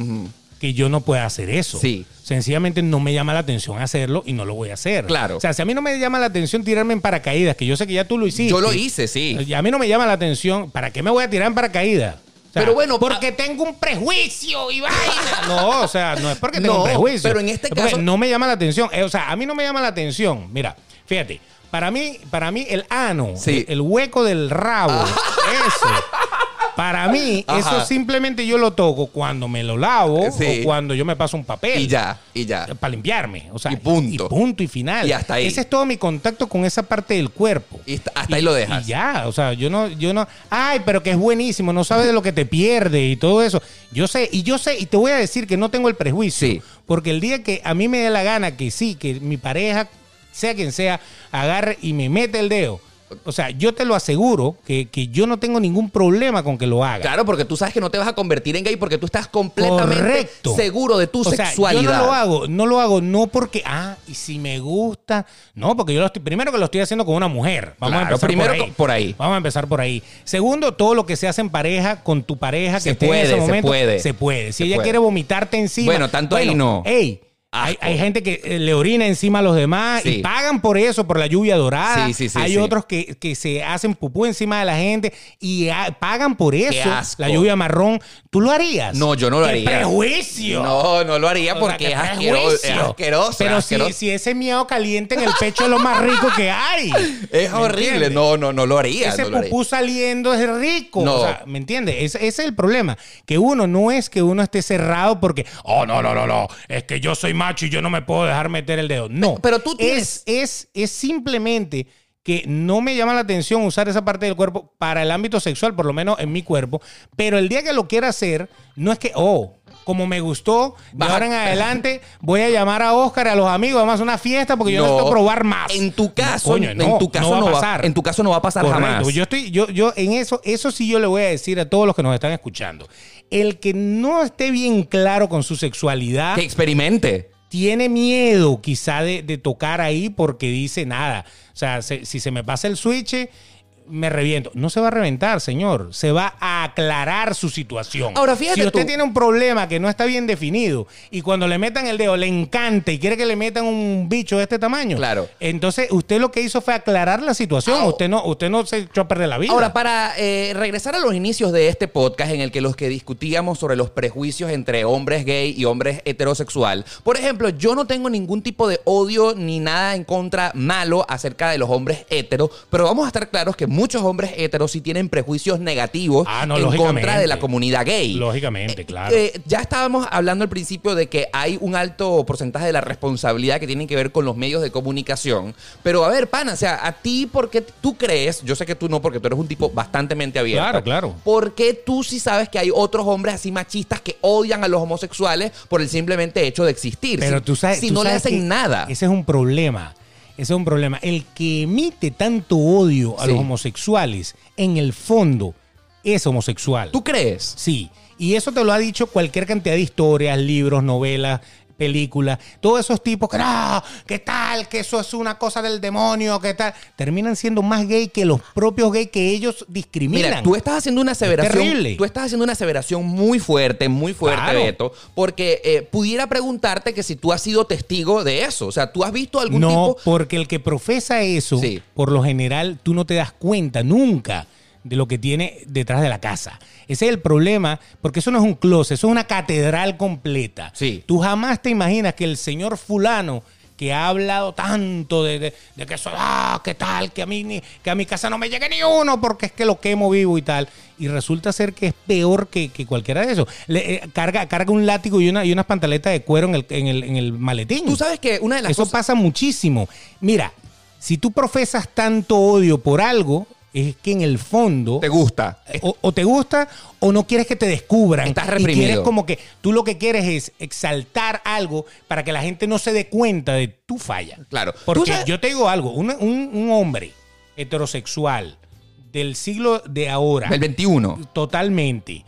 B: que yo no pueda hacer eso.
A: Sí.
B: Sencillamente no me llama la atención hacerlo y no lo voy a hacer.
A: Claro.
B: O sea, si a mí no me llama la atención tirarme en paracaídas, que yo sé que ya tú lo hiciste.
A: Yo lo hice, sí.
B: Y a mí no me llama la atención, ¿para qué me voy a tirar en paracaídas? O sea,
A: Pero bueno,
B: porque
A: a-
B: tengo un prejuicio y vaina. No, o sea, no es porque tengo
A: No,
B: un prejuicio.
A: pero en este
B: Es porque
A: caso-
B: no me llama la atención. Eh, o sea, a mí no me llama la atención. Mira, fíjate, para mí, para mí el ano,
A: Sí. Ah.
B: el, el hueco del rabo, eso. Para mí,
A: Ajá.
B: eso simplemente yo lo toco cuando me lo lavo
A: Sí.
B: o cuando yo me paso un papel.
A: Y ya, y ya.
B: Para limpiarme. O sea,
A: Y punto.
B: Y punto y final.
A: Y hasta ahí.
B: Ese es todo mi contacto con esa parte del cuerpo.
A: Y hasta ahí lo dejas.
B: Y ya, o sea, yo no, yo no, ay, pero que es buenísimo, no sabes de lo que te pierde y todo eso. Yo sé, y yo sé, y te voy a decir que no tengo el prejuicio.
A: Sí.
B: Porque el día que a mí me dé la gana que sí, que mi pareja, sea quien sea, agarre y me mete el dedo. O sea, yo te lo aseguro que, que yo no tengo ningún problema con que lo haga.
A: Claro, porque tú sabes que no te vas a convertir en gay porque tú estás completamente
B: Correcto.
A: seguro de tu
B: O sea,
A: sexualidad.
B: yo no lo hago, no lo hago, no porque, ah, y si me gusta. No, porque yo lo estoy, primero que lo estoy haciendo con una mujer. Vamos a
A: Claro,
B: empezar
A: primero
B: por ahí.
A: co- por ahí.
B: Vamos a empezar por ahí. Segundo, todo lo que se hace en pareja, con tu pareja, que
A: Se
B: esté
A: puede,
B: en ese
A: se
B: momento,
A: puede.
B: Se puede. Si
A: Se
B: ella
A: puede.
B: quiere vomitarte encima.
A: Bueno, tanto ahí no.
B: Ey. Hay, hay gente que eh, le orina encima a los demás
A: Sí.
B: y pagan por eso, por la lluvia dorada.
A: Sí, sí, sí,
B: hay
A: sí.
B: otros que, que se hacen pupú encima de la gente y ah, pagan por eso.
A: asco.
B: La lluvia marrón. ¿Tú lo harías?
A: No, yo no lo
B: ¡Qué
A: haría.
B: prejuicio!
A: No, no lo haría
B: O sea,
A: porque
B: que
A: es, asqueroso, es
B: prejuicio.
A: asqueroso.
B: Pero
A: es
B: si,
A: asqueroso.
B: si ese miedo caliente en el pecho es lo más rico que hay.
A: es
B: ¿Me
A: horrible.
B: entiendes?
A: No, no, no lo haría.
B: Ese
A: no lo haría.
B: pupú saliendo es rico.
A: No.
B: O sea, ¿me entiendes? Ese, ese es el problema. Que uno no es que uno esté cerrado porque, oh, no, no, no, no. Es que yo soy macho y yo no me puedo dejar meter el dedo. No.
A: Pero- pero tú tienes-
B: Es, es, es simplemente que no me llama la atención usar esa parte del cuerpo para el ámbito sexual, por lo menos en mi cuerpo. Pero el día que lo quiera hacer, no es que, oh. Como me gustó, de
A: Baja-
B: ahora en adelante voy a llamar a Oscar, y a los amigos, vamos a hacer una fiesta porque yo necesito probar más.
A: En tu caso,
B: No, coño,
A: en
B: no,
A: tu caso no va a pasar. En tu caso no va a pasar
B: Correcto.
A: jamás.
B: Yo estoy, yo, yo en eso, eso sí yo le voy a decir a todos los que nos están escuchando. El que no esté bien claro con su sexualidad,
A: Que experimente.
B: tiene miedo quizá de, de tocar ahí porque dice nada. O sea, se- si se me pasa el switch, me reviento. No se va a reventar, señor. Se va a aclarar su situación.
A: Ahora, fíjate
B: Si usted
A: tú.
B: tiene un problema que no está bien definido y cuando le metan el dedo le encanta y quiere que le metan un bicho de este tamaño.
A: Claro.
B: Entonces, usted lo que hizo fue aclarar la situación.
A: Ah,
B: usted, no, usted no se echó a perder la vida.
A: Ahora, para eh, regresar a los inicios de este podcast en el que los que discutíamos sobre los prejuicios entre hombres gay y hombres heterosexual, por ejemplo, yo no tengo ningún tipo de odio ni nada en contra malo acerca de los hombres heteros, pero vamos a estar claros que muchos hombres heteros sí tienen prejuicios negativos
B: Ah, no,
A: en
B: lógicamente.
A: contra de la comunidad gay.
B: Lógicamente, claro.
A: Eh, ya estábamos hablando al principio de que hay un alto porcentaje de la responsabilidad que tiene que ver con los medios de comunicación. Pero a ver, pana, o sea, a ti, ¿por qué tú crees? Yo sé que tú no, porque tú eres un tipo bastante mente abierta.
B: Claro, claro.
A: ¿Por qué tú sí sabes que hay otros hombres así machistas que odian a los homosexuales por el simplemente hecho de existir?
B: Pero
A: si,
B: tú sabes.
A: Si
B: tú
A: no le
B: sabes
A: hacen
B: que
A: nada.
B: Ese es un problema. Ese es un problema. El que emite tanto odio a
A: Sí.
B: los homosexuales, en el fondo, es homosexual.
A: ¿Tú crees?
B: Sí, y eso te lo ha dicho cualquier cantidad de historias, libros, novelas, películas, todos esos tipos que no, que tal, que eso es una cosa del demonio, que tal, terminan siendo más gay que los propios gays que ellos discriminan.
A: Mira, tú estás haciendo una aseveración.
B: terrible.
A: Tú estás haciendo una aseveración muy fuerte, muy fuerte,
B: Claro.
A: Beto. Porque eh, pudiera preguntarte que si tú has sido testigo de eso. O sea, tú has visto algún
B: no,
A: tipo.
B: porque el que profesa eso,
A: Sí.
B: por lo general, tú no te das cuenta nunca de lo que tiene detrás de la casa. Ese es el problema, porque eso no es un closet, eso es una catedral completa.
A: Sí.
B: Tú jamás te imaginas que el señor fulano que ha hablado tanto de, de- de que eso, ah, qué tal, que a mí ni- que a mi casa no me llegue ni uno porque es que lo quemo vivo y tal. Y resulta ser que es peor que, que cualquiera de esos. Le- eh, carga, carga un látigo y, una, y unas pantaletas de cuero en el, en el- en el maletín.
A: Tú sabes que una de las
B: Eso
A: cosas.
B: pasa muchísimo. Mira, si tú profesas tanto odio por algo, es que en el fondo
A: Te gusta.
B: o, o te gusta o no quieres que te descubran.
A: Estás
B: Y
A: reprimido.
B: quieres como que tú lo que quieres es exaltar algo para que la gente no se dé cuenta de tu falla.
A: Claro. ¿Tú
B: Porque
A: sabes-
B: yo te digo algo, una- un, un hombre heterosexual del siglo de ahora,
A: Del 21.
B: totalmente,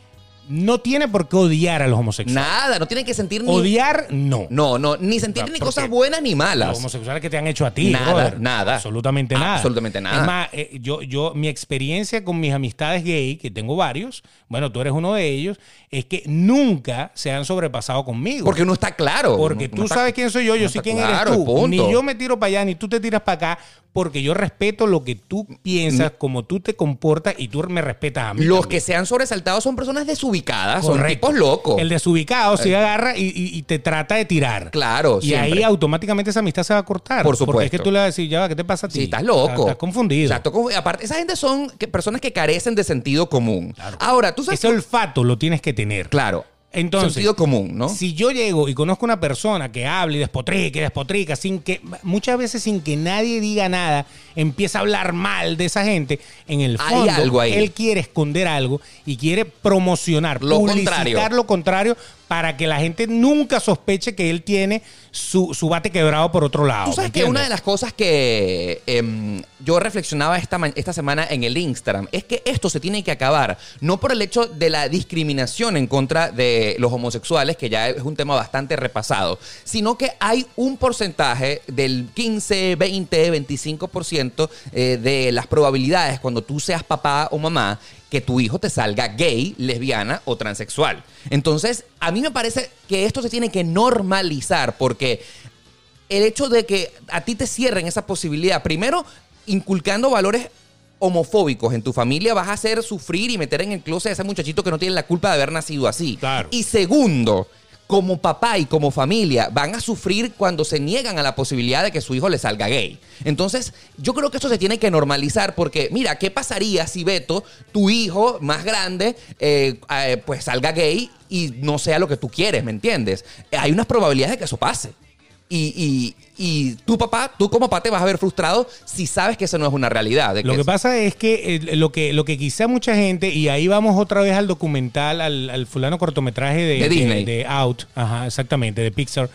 B: no tiene por qué odiar a los homosexuales.
A: Nada, no tiene que sentir ni.
B: Odiar, no.
A: No, no, ni sentir
B: No,
A: ni
B: ¿por
A: cosas
B: qué?
A: buenas ni malas.
B: Los homosexuales que te han hecho a ti,
A: Nada,
B: brother.
A: nada.
B: Absolutamente nada.
A: Absolutamente nada.
B: Es más, eh, yo, yo, mi experiencia con mis amistades gay, que tengo varios, bueno, tú eres uno de ellos, es que nunca se han sobrepasado conmigo.
A: Porque uno está claro.
B: Porque
A: Uno-
B: tú
A: uno está-
B: sabes quién soy yo, yo
A: uno
B: sé
A: está
B: quién
A: claro,
B: eres tú.
A: punto.
B: Ni yo me tiro para allá, ni tú te tiras para acá, porque yo respeto lo que tú piensas, como tú te comportas y tú me respetas a mí.
A: Los
B: también.
A: que se han sobresaltado son personas desubicadas, son
B: Correcto.
A: tipos locos. Eh.
B: El desubicado se agarra y, y- y te trata de tirar.
A: Claro,
B: Y
A: siempre.
B: ahí automáticamente esa amistad se va a cortar.
A: Por supuesto.
B: Porque es que tú le vas a decir, ya va, ¿qué te pasa a ti?
A: Sí, estás loco.
B: Estás, estás confundido.
A: Exacto. confu- Aparte, esa gente son que- personas que carecen de sentido común. Ahora, tú sabes.
B: Ese olfato lo tienes que tener.
A: Claro.
B: Entonces,
A: Sentido común, ¿no?
B: Si yo llego y conozco una persona que habla y despotrica y despotrica, sin que, muchas veces sin que nadie diga nada, empieza a hablar mal de esa gente, en el
A: Hay
B: fondo
A: algo ahí.
B: él quiere esconder algo y quiere promocionar,
A: Lo
B: publicitar
A: contrario.
B: lo contrario para que la gente nunca sospeche que él tiene su, su bate quebrado por otro lado.
A: Tú sabes
B: ¿me
A: que una
B: entiendes?
A: de las cosas que em, yo reflexionaba esta, ma- esta semana en el Instagram es que esto se tiene que acabar, no por el hecho de la discriminación en contra de los homosexuales, que ya es un tema bastante repasado, sino que hay un porcentaje del 15, 20, 25% eh, de las probabilidades cuando tú seas papá o mamá que tu hijo te salga gay, lesbiana o transexual. Entonces, a mí me parece que esto se tiene que normalizar porque el hecho de que a ti te cierren esa posibilidad, primero inculcando valores homofóbicos en tu familia, vas a hacer sufrir y meter en el closet a ese muchachito que no tiene la culpa de haber nacido así.
B: Claro.
A: Y segundo, como papá y como familia, van a sufrir cuando se niegan a la posibilidad de que su hijo le salga gay. Entonces, yo creo que esto se tiene que normalizar porque, mira, ¿qué pasaría si Beto, tu hijo más grande, eh, eh, pues salga gay y no sea lo que tú quieres, ¿me entiendes? Hay unas probabilidades de que eso pase. Y, y, y tu papá, tú como papá te vas a ver frustrado si sabes que eso no es una realidad. de
B: Lo que
A: es-
B: pasa es que eh, lo que lo que quizá mucha gente, y ahí vamos otra vez al documental, al, al fulano cortometraje de,
A: De Disney.
B: de Out, ajá, exactamente, de Pixar,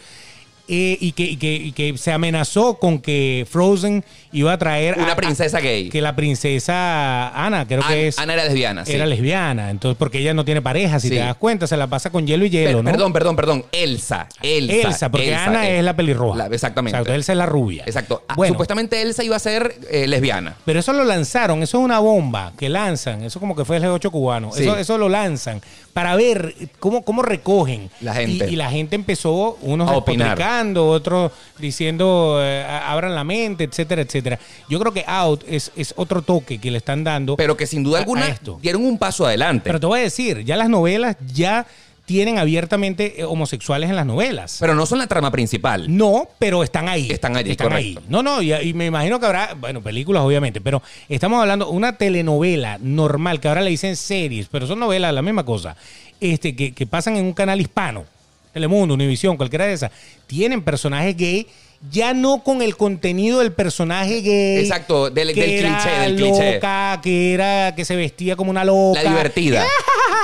B: eh, y, que, y que- y que se amenazó con que Frozen iba a traer
A: Una
B: a-
A: princesa
B: a-
A: gay.
B: Que la princesa Ana, creo
A: Ana,
B: Ah, que es,
A: Ana era lesbiana. sí.
B: era lesbiana, entonces porque ella no tiene pareja, si
A: Sí.
B: te das cuenta, se la pasa con hielo y hielo,
A: Per-
B: ¿no?
A: Perdón, perdón, perdón. Elsa. Elsa.
B: Elsa, porque
A: Elsa,
B: Ana
A: Elsa.
B: es la pelirroja.
A: La- exactamente.
B: Exacto, Elsa es la rubia.
A: Exacto. Ah,
B: Bueno,
A: Supuestamente Elsa iba a ser eh, lesbiana.
B: Pero eso lo lanzaron, eso es una bomba que lanzan, eso como que fue el G8 cubano,
A: Sí.
B: eso, eso lo lanzan para ver cómo, cómo recogen.
A: La gente.
B: Y, y la gente empezó, unos
A: A opinar.
B: despotricando, otros diciendo eh, a- abran la mente, etcétera, etcétera. Yo creo que Out es, es otro toque que le están dando.
A: Pero que sin duda
B: A- a
A: alguna
B: esto.
A: dieron un paso adelante.
B: Pero
A: Pero,
B: te voy a decir, ya las novelas ya tienen abiertamente eh, homosexuales en las novelas.
A: no son la trama principal.
B: No, pero están ahí.
A: Están allí, correcto.
B: No, no, y, y me imagino que habrá, bueno, películas obviamente, pero estamos hablando de una telenovela normal, que ahora le dicen series, pero son novelas, la misma cosa, este, que, que pasan en un canal hispano, Telemundo, Univisión, cualquiera de esas, tienen personajes gay, ya no con el contenido del personaje gay.
A: Exacto, del- del cliché, del cliché.
B: loca, que era, que se vestía como una loca.
A: La divertida.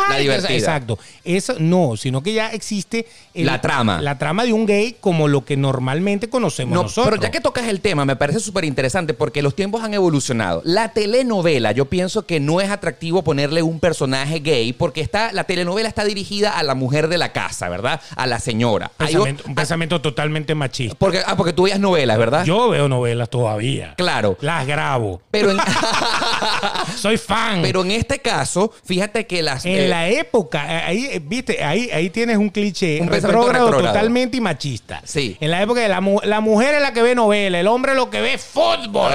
A: La divertida.
B: Exacto. Eso no, sino que ya existe el-
A: La trama.
B: La trama de un gay como lo que normalmente conocemos
A: No,
B: nosotros.
A: pero ya que tocas el tema, me parece súper interesante porque los tiempos han evolucionado. La telenovela, yo pienso que no es atractivo ponerle un personaje gay porque está, la telenovela está dirigida a la mujer de la casa, ¿verdad? A la señora. Hay o- ah,
B: Pensamiento- un pensamiento totalmente machista.
A: porque, ah, porque tú veías novelas, ¿verdad?
B: Yo veo novelas todavía.
A: Ah. Claro.
B: Las grabo.
A: Pero en,
B: Soy fan.
A: pero en este caso, fíjate que las...
B: en
A: eh,
B: la época, eh, ahí, eh, viste, ahí, ahí tienes un cliché
A: Un pensamiento
B: retrógrado
A: retrógrado.
B: totalmente y machista.
A: Sí.
B: En la época de la, mu- la mujer es la que ve novela, el hombre lo que ve es fútbol,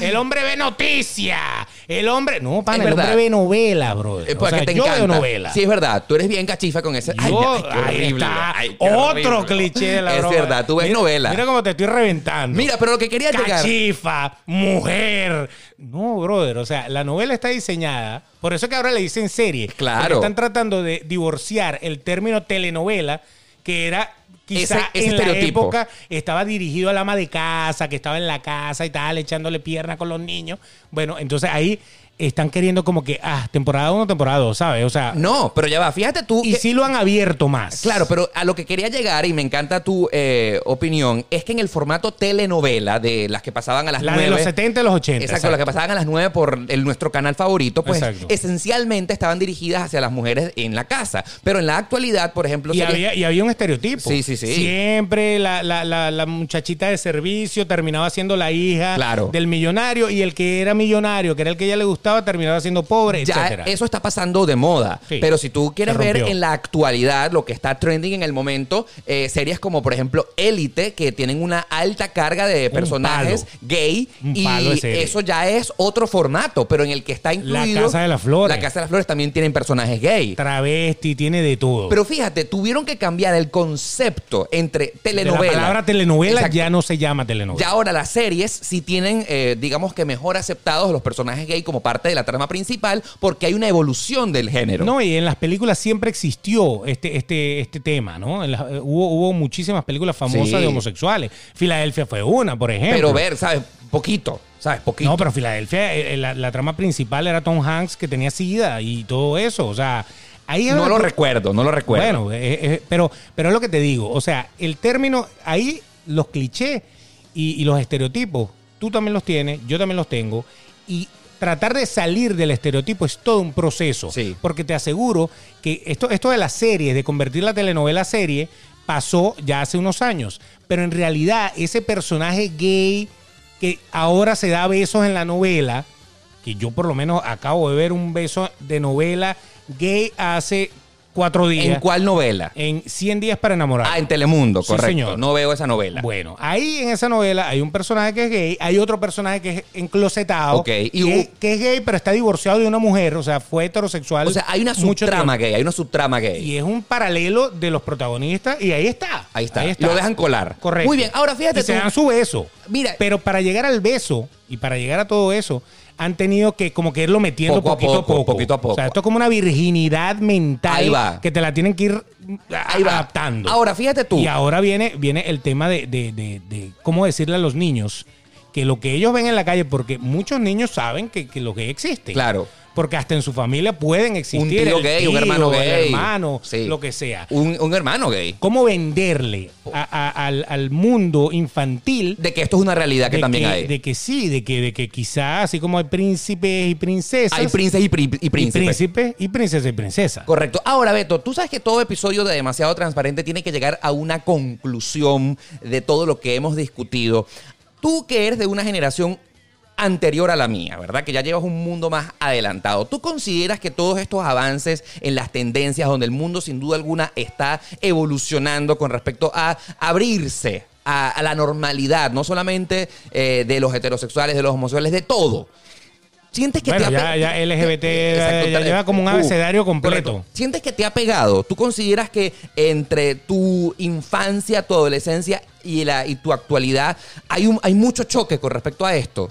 B: el hombre ve noticias, el hombre. No, pana,
A: Es
B: el
A: verdad.
B: hombre ve novela, bro.
A: eh, porque te
B: yo
A: encanta.
B: veo novela.
A: Sí, es verdad. Tú eres bien cachifa con ese. Ay,
B: Yo-
A: ay, qué
B: ahí
A: horrible.
B: está
A: Ay, qué
B: otro
A: horrible.
B: cliché de la
A: Es
B: broma.
A: verdad, tú ves
B: Mira-
A: novela.
B: Mira cómo te estoy reventando.
A: Mira, pero lo que quería llegar...
B: Cachifa, mujer. No, brother. O sea, la novela está diseñada. Por eso que ahora le dicen serie.
A: Claro.
B: Porque Están tratando de divorciar el término telenovela, que era quizá
A: Ese- ese
B: en
A: estereotipo.
B: la época estaba dirigido al ama de casa, que estaba en la casa y tal, echándole pierna con los niños. Bueno, entonces ahí están queriendo como que, ah, temporada 1, temporada 2, ¿sabes? O sea,
A: No, pero ya va, fíjate tú.
B: y
A: que-
B: sí lo han abierto más.
A: Claro, pero a lo que quería llegar, y me encanta tu eh, opinión, es que en el formato telenovela de las que pasaban a las
B: La
A: nueve...
B: de los 70 y los 80.
A: Exacto, las que pasaban a las 9 por el- nuestro canal favorito, pues
B: Exacto.
A: esencialmente estaban dirigidas hacia las mujeres en la casa. Pero en la actualidad, por ejemplo,
B: Y
A: series-
B: había, y había un estereotipo.
A: Sí, sí, sí.
B: Siempre la, la- la- la muchachita de servicio terminaba siendo la hija
A: Claro.
B: del millonario y el que era millonario, que era el que ella le gustaba, terminaba siendo pobre,
A: ya
B: etcétera.
A: eso está pasando de moda.
B: Sí.
A: Pero si tú quieres
B: Se
A: ver
B: rompió.
A: en la actualidad lo que está trending en el momento, eh, series como por ejemplo Élite, que tienen una alta carga de personajes
B: palo.
A: gay,
B: Un
A: y
B: palo de serie.
A: eso ya es otro formato, pero en el que está incluido...
B: La Casa de las Flores.
A: La Casa de las Flores también tienen personajes gay.
B: Travesti, tiene de todo.
A: Pero fíjate, tuvieron que cambiar el concepto entre
B: De
A: telenovela.
B: La palabra telenovela
A: Exacto.
B: ya no se llama telenovela.
A: Ya ahora las series sí tienen, eh, digamos que mejor aceptados los personajes gay como parte de la trama principal porque hay una evolución del género.
B: No, y en las películas siempre existió este, este, este tema, ¿no? En las- eh, hubo, hubo muchísimas películas famosas
A: Sí.
B: de homosexuales. Filadelfia fue una, por ejemplo.
A: pero ver, ¿sabes? Poquito, ¿sabes? Poquito.
B: No, pero Filadelfia, eh, eh, la, la trama principal era Tom Hanks que tenía sida y todo eso. O sea, ahí es
A: no
B: donde
A: lo
B: tú-
A: recuerdo, no lo recuerdo.
B: Bueno, eh, eh, pero, pero es lo que te digo. O sea, el término, ahí los clichés y, y los estereotipos, tú también los tienes, yo también los tengo. Y tratar de salir del estereotipo es todo un proceso.
A: Sí.
B: Porque te aseguro que esto, esto de las series, de convertir la telenovela a serie, pasó ya hace unos años. Pero en realidad, ese personaje gay que ahora se da besos en la novela, que yo por lo menos acabo de ver un beso de novela gay hace cuatro
A: ¿En
B: días.
A: cuál novela?
B: En 100 días para enamorar.
A: Ah, en Telemundo,
B: Eh, Sí,
A: correcto.
B: señor.
A: No veo esa novela.
B: Bueno, ahí en esa novela hay un personaje que es gay, hay otro personaje que es enclosetado,
A: Ok, y
B: que,
A: hubo-
B: que es gay pero está divorciado de una mujer, o sea, fue heterosexual.
A: o sea, hay una
B: mucho
A: subtrama
B: tiempo.
A: gay, hay una subtrama gay.
B: Y es un paralelo de los protagonistas y ahí está.
A: Ahí está. Lo dejan colar.
B: Correcto.
A: Muy bien, ahora fíjate
B: Y se
A: tú.
B: dan su beso.
A: Mira.
B: Pero para llegar al beso y para llegar a todo eso, han tenido que como que irlo metiendo
A: Poco a
B: poquito a
A: poco,
B: poco,
A: poquito a poco.
B: O sea, esto es como una virginidad mental
A: Ahí va.
B: que te la tienen que ir
A: Ahí va.
B: adaptando.
A: Ahora fíjate tú.
B: Y ahora viene, viene el tema de, de- de- de cómo decirle a los niños que lo que ellos ven en la calle, porque muchos niños saben que, que lo que existe.
A: Claro.
B: Porque hasta en su familia pueden existir.
A: un tío
B: el
A: gay, un
B: tío,
A: hermano
B: el
A: gay.
B: hermano,
A: Sí.
B: lo que sea.
A: Un, un hermano gay.
B: ¿Cómo venderle a- a- al, al mundo infantil
A: De que esto es una realidad que
B: de
A: también
B: que,
A: hay.
B: de que sí, de que, de que quizás así como hay príncipes y princesas.
A: hay princes y, pri- y
B: y
A: príncipes.
B: príncipes y princesas y princesas.
A: Correcto. Ahora, Beto, tú sabes que todo episodio de Demasiado Transparente tiene que llegar a una conclusión de todo lo que hemos discutido. Tú que eres de una generación anterior a la mía, ¿verdad? Que ya llevas un mundo más adelantado. ¿Tú consideras que todos estos avances en las tendencias, donde el mundo sin duda alguna está evolucionando con respecto a abrirse a, a la normalidad, no solamente eh, de los heterosexuales, de los homosexuales, de todo? ¿Sientes que
B: Bueno,
A: te ha
B: ya-
A: pe-
B: ya LGBT ya lleva como un abecedario completo.
A: Uh, ¿Sientes que te ha pegado? ¿Tú consideras que entre tu infancia, tu adolescencia y, la, y tu actualidad hay, un, hay mucho choque con respecto a esto?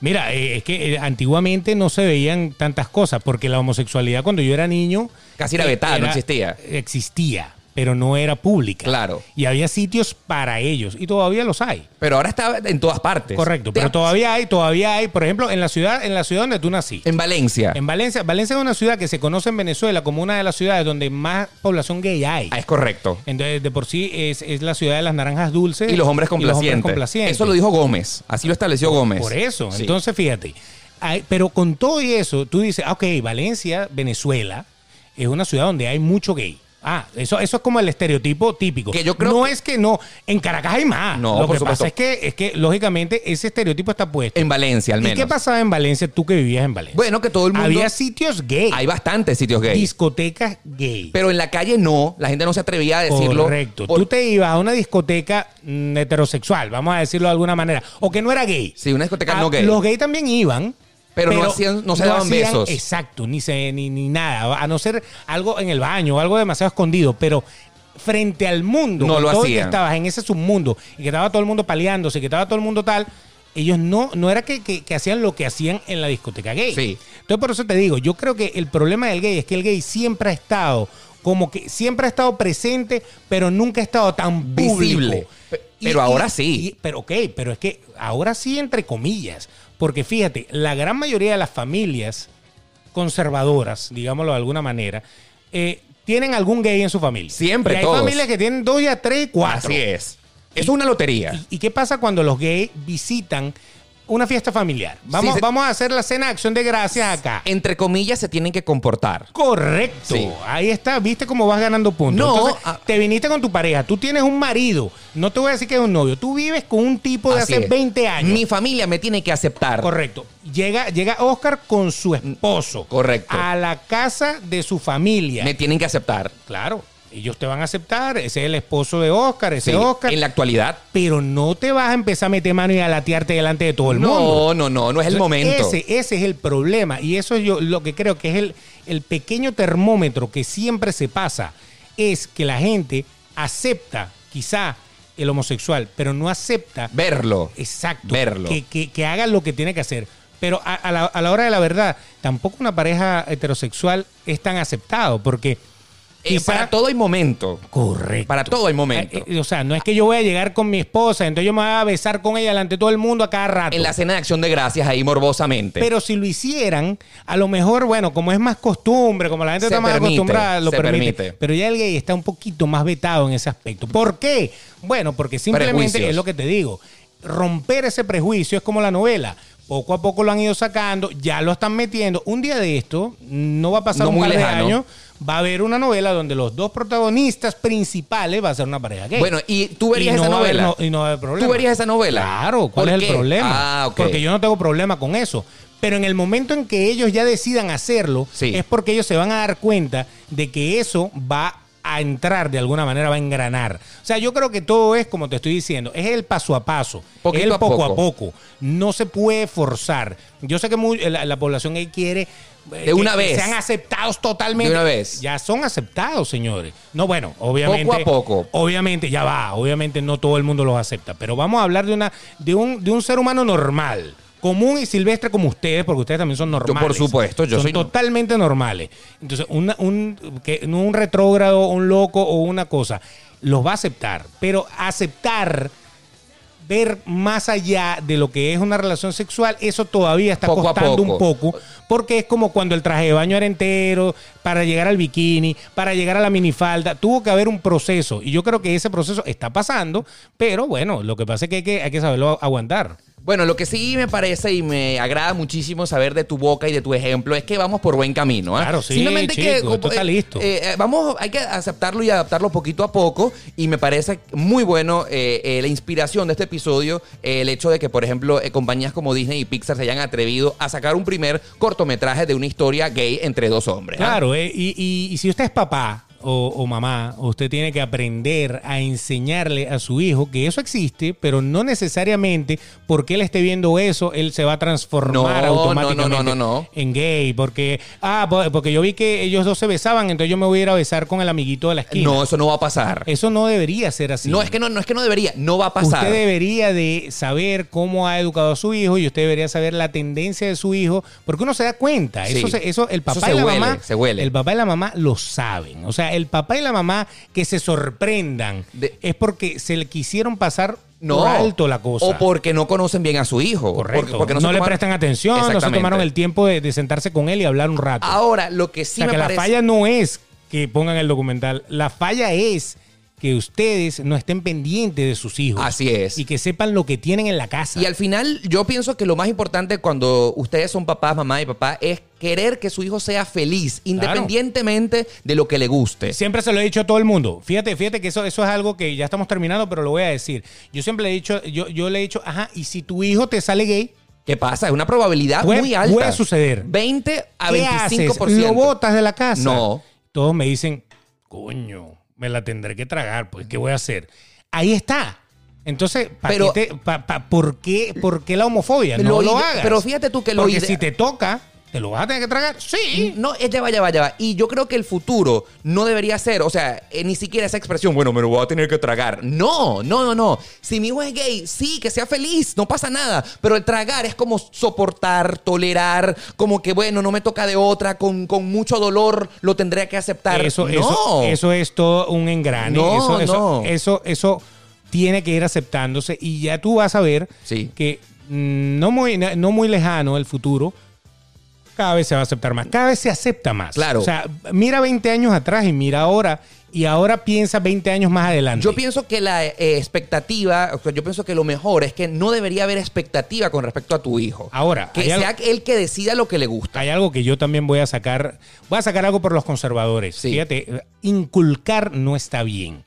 B: Mira, eh, es que eh, antiguamente no se veían tantas cosas, porque la homosexualidad cuando yo era niño...
A: Casi era vetada, no existía.
B: Existía. pero no era pública.
A: Claro.
B: Y había sitios para ellos, y todavía los hay.
A: Pero ahora está en todas partes.
B: Correcto,
A: Te-
B: pero todavía hay, todavía hay, por ejemplo, en la ciudad, en la ciudad donde tú naciste.
A: En Valencia.
B: En Valencia, Valencia es una ciudad que se conoce en Venezuela como una de las ciudades donde más población gay hay.
A: Ah, es correcto.
B: Entonces, de por sí es, es la ciudad de las naranjas dulces.
A: Y los hombres
B: y los
A: complacientes.
B: complacientes.
A: Eso lo dijo Gómez. Así lo estableció Gómez.
B: Por eso.
A: Sí.
B: Entonces, fíjate. Hay- pero con todo y eso, tú dices, ah, ok, Valencia, Venezuela, es una ciudad donde hay mucho gay. Ah, eso, eso es como el estereotipo típico.
A: Que yo creo
B: no
A: que-
B: es que no, en Caracas hay más.
A: No,
B: lo
A: por
B: que
A: supuesto.
B: pasa es que, es que, lógicamente, ese estereotipo está puesto.
A: En Valencia, al
B: ¿Y
A: menos.
B: qué pasaba en Valencia tú que vivías en Valencia?
A: Bueno, que todo el mundo.
B: Había sitios gay,
A: Hay bastantes sitios gay.
B: discotecas gay.
A: Pero en la calle no. La gente no se atrevía a decirlo.
B: Correcto.
A: por-
B: Tú te ibas a una discoteca mm, heterosexual, vamos a decirlo de alguna manera, o que no era gay. Ah,
A: Sí, una discoteca no gay.
B: Los gays también iban.
A: Pero no hacían- no se daban besos.
B: Exacto, ni, se, ni, ni nada. A no ser algo en el baño, o algo demasiado escondido, pero frente al mundo,
A: No
B: con
A: lo
B: todo y que
A: hacían.
B: estabas en ese submundo y que estaba todo el mundo paliándose, y que estaba todo el mundo tal. Ellos no, no era que, que- que hacían lo que hacían en la discoteca gay.
A: Sí.
B: Entonces, por eso te digo, yo creo que el problema del gay es que el gay siempre ha estado, como que siempre ha estado presente, pero nunca ha estado tan público.
A: Visible. Pe- pero ahora sí.
B: y- pero ok, pero es que ahora sí, entre comillas. Porque fíjate, la gran mayoría de las familias conservadoras, digámoslo de alguna manera, eh, tienen algún gay en su familia.
A: Siempre,
B: Y hay
A: todos.
B: familias que tienen dos, ya tres, cuatro.
A: Así es. Es una lotería.
B: ¿Y, y qué pasa cuando los gays visitan una fiesta familiar?
A: Sí,
B: Vamos,
A: se-
B: vamos a hacer la cena de acción de gracias acá.
A: Entre comillas, se tienen que comportar.
B: Correcto.
A: Sí.
B: Ahí está, viste cómo vas ganando puntos.
A: No,
B: Entonces,
A: ah-
B: te viniste con tu pareja, tú tienes un marido, no te voy a decir que es un novio, tú vives con un tipo de
A: Así
B: hace
A: es.
B: 20 años.
A: Mi familia me tiene que aceptar.
B: Correcto. Llega, llega Oscar con su esposo.
A: Mm, Correcto.
B: A la casa de su familia.
A: Me tienen que aceptar.
B: Claro. Ellos te van a aceptar. Ese es el esposo de Oscar, ese
A: Sí,
B: es Oscar.
A: En la actualidad.
B: Pero no te vas a empezar a meter mano y a latearte delante de todo el
A: No,
B: mundo.
A: no, no, no es el momento.
B: Ese, ese es el problema. Y eso yo lo que creo que es el, el pequeño termómetro que siempre se pasa. Es que la gente acepta, quizá, el homosexual, pero no acepta
A: Verlo. Eh,
B: Exacto.
A: Verlo.
B: Que, que- que haga lo que tiene que hacer. Pero a, a la, a la hora de la verdad, tampoco una pareja heterosexual es tan aceptado porque...
A: Eh,
B: quizá-
A: para todo hay momento.
B: Correcto.
A: Para todo hay momento.
B: Eh, eh, O sea, no es que yo voy a llegar con mi esposa, entonces yo me voy a besar con ella delante de todo el mundo a cada rato.
A: En la cena de acción de gracias, ahí morbosamente.
B: Pero si lo hicieran, a lo mejor, bueno, como es más costumbre, como la gente
A: Se
B: está más
A: permite,
B: acostumbrada, lo
A: se
B: permite.
A: permite.
B: Pero ya el gay está un poquito más vetado en ese aspecto. ¿Por qué? Bueno, porque simplemente
A: Prejuicios.
B: es lo que te digo. Romper ese prejuicio es como la novela. Poco a poco lo han ido sacando, ya lo están metiendo. Un día de esto, no va a pasar
A: No
B: un
A: muy
B: par
A: lejano.
B: de años, va a haber una novela donde los dos protagonistas principales va a ser una pareja gay.
A: Bueno, ¿y tú verías
B: Y no
A: esa
B: va a haber
A: novela?
B: no- y no va a haber problema.
A: ¿Tú verías esa novela?
B: Claro, ¿cuál
A: ¿Por
B: es
A: qué?
B: el problema?
A: Ah, ok.
B: Porque yo no tengo problema con eso. Pero en el momento en que ellos ya decidan hacerlo,
A: Sí.
B: es porque ellos se van a dar cuenta de que eso va a entrar de alguna manera, va a engranar. O sea, yo creo que todo es, como te estoy diciendo, es el paso a paso,
A: Poquito
B: es el
A: a
B: poco
A: poco.
B: a poco. No se puede forzar. Yo sé que muy- la, la población ahí quiere... eh, que-
A: una
B: que
A: vez.
B: sean aceptados totalmente.
A: De una vez.
B: Ya son aceptados, señores. No, bueno, obviamente.
A: Poco a poco.
B: Obviamente, ya va, obviamente no todo el mundo los acepta, pero vamos a hablar de, una, de, un, de un ser humano normal, común y silvestre como ustedes, porque ustedes también son normales.
A: por supuesto, yo
B: Son
A: soy-
B: totalmente normales. Entonces, una- un, que, no un retrógrado, un loco o una cosa, los va a aceptar, pero aceptar, ver más allá de lo que es una relación sexual, eso todavía está
A: Poco a
B: costando
A: poco.
B: un poco poco, porque es como cuando el traje de baño era entero, para llegar al bikini, para llegar a la minifalda, tuvo que haber un proceso. Y yo creo que ese proceso está pasando, pero bueno, lo que pasa es que hay que, hay que saberlo aguantar.
A: Bueno, lo que sí me parece y me agrada muchísimo saber de tu boca y de tu ejemplo es que vamos por buen camino. ¿ah?
B: Claro, sí, chico, esto está
A: eh,
B: listo.
A: eh, eh, vamos, hay que aceptarlo y adaptarlo poquito a poco. Y me parece muy bueno eh, eh, la inspiración de este episodio, eh, el hecho de que, por ejemplo, eh, compañías como Disney y Pixar se hayan atrevido a sacar un primer cortometraje de una historia gay entre dos hombres. ¿ah?
B: Claro, eh, y, y- y si usted es papá o, o mamá, usted tiene que aprender a enseñarle a su hijo que eso existe, pero no necesariamente porque él esté viendo eso, él se va a
A: No,
B: transformar
A: no, no,
B: automáticamente
A: no, no, no.
B: en gay, porque ah, po- porque yo vi que ellos dos se besaban, entonces yo me voy a ir a besar con el amiguito de la esquina.
A: No, eso no va a pasar.
B: Eso no debería ser así.
A: No, es que no, no es que no debería, no va a pasar.
B: Usted debería de saber cómo ha educado a su hijo y usted debería saber la tendencia de su hijo, porque uno se da cuenta.
A: Sí.
B: Eso, se- eso el
A: Eso
B: papá
A: se
B: y la
A: huele,
B: mamá,
A: se huele.
B: el papá y la mamá lo saben. O sea, hija, el papá y la mamá que se sorprendan
A: De-
B: es porque se le quisieron pasar
A: No.
B: por alto la cosa.
A: O porque no conocen bien a su hijo.
B: Correcto.
A: Porque, porque
B: no
A: se
B: le
A: tomaron-
B: prestan atención, no se
A: Exactamente.
B: tomaron el tiempo de, de sentarse con él y hablar un rato.
A: Ahora, lo que
B: o
A: sí
B: sea,
A: me
B: que
A: parece.
B: la falla no es que pongan el documental, la falla es que ustedes no estén pendientes de sus hijos.
A: Así es.
B: Y que sepan lo que tienen en la casa.
A: Y al final, yo pienso que lo más importante cuando ustedes son papás, mamá y papá, es querer que su hijo sea feliz, independientemente de lo que le guste.
B: Siempre se lo he dicho a todo el mundo. Fíjate, fíjate que eso, eso es algo que ya estamos terminando, pero lo voy a decir. Yo siempre le he dicho, yo, yo le he dicho, ajá, y si tu hijo te sale gay,
A: ¿Qué pasa? Es una probabilidad
B: Puede-
A: muy alta.
B: puede suceder.
A: 20 a
B: ¿qué
A: 25%.
B: haces? ¿Lo botas de la casa?
A: No.
B: Todos me dicen, coño, me la tendré que tragar, pues, ¿qué voy a hacer? Ahí está. Entonces, ¿pa'
A: Pero-
B: qué te- pa- pa- ¿por, qué, ¿por qué la homofobia? No
A: Lo
B: lo,
A: ide-
B: hagas.
A: pero fíjate tú que lo
B: Porque
A: ide-
B: si te toca, ¿te lo vas a tener que tragar? Sí.
A: No, eh, ya va, ya va, ya va. Y yo creo que el futuro no debería ser, o sea, eh, ni siquiera esa expresión, bueno, me lo voy a tener que tragar. No, no, no, no. Si mi hijo es gay, sí, que sea feliz, no pasa nada. Pero el tragar es como soportar, tolerar, como que, bueno, no me toca de otra, con, con mucho dolor lo tendría que aceptar.
B: Eso,
A: no.
B: eso, eso es todo un engrane.
A: No,
B: eso, eso,
A: no.
B: eso, eso tiene que ir aceptándose y ya tú vas a ver
A: Sí.
B: que mm, no muy, no muy lejano el futuro, cada vez se va a aceptar más, cada vez se acepta más.
A: Claro.
B: O sea, mira 20 años atrás y mira ahora, y ahora piensa 20 años más adelante.
A: Yo pienso que la eh, expectativa, o sea, yo pienso que lo mejor es que no debería haber expectativa con respecto a tu hijo.
B: Ahora,
A: que
B: hay algo-
A: sea él que decida lo que le gusta.
B: Hay algo que yo también voy a sacar. Voy a sacar algo por los conservadores.
A: Sí.
B: Fíjate, inculcar no está bien.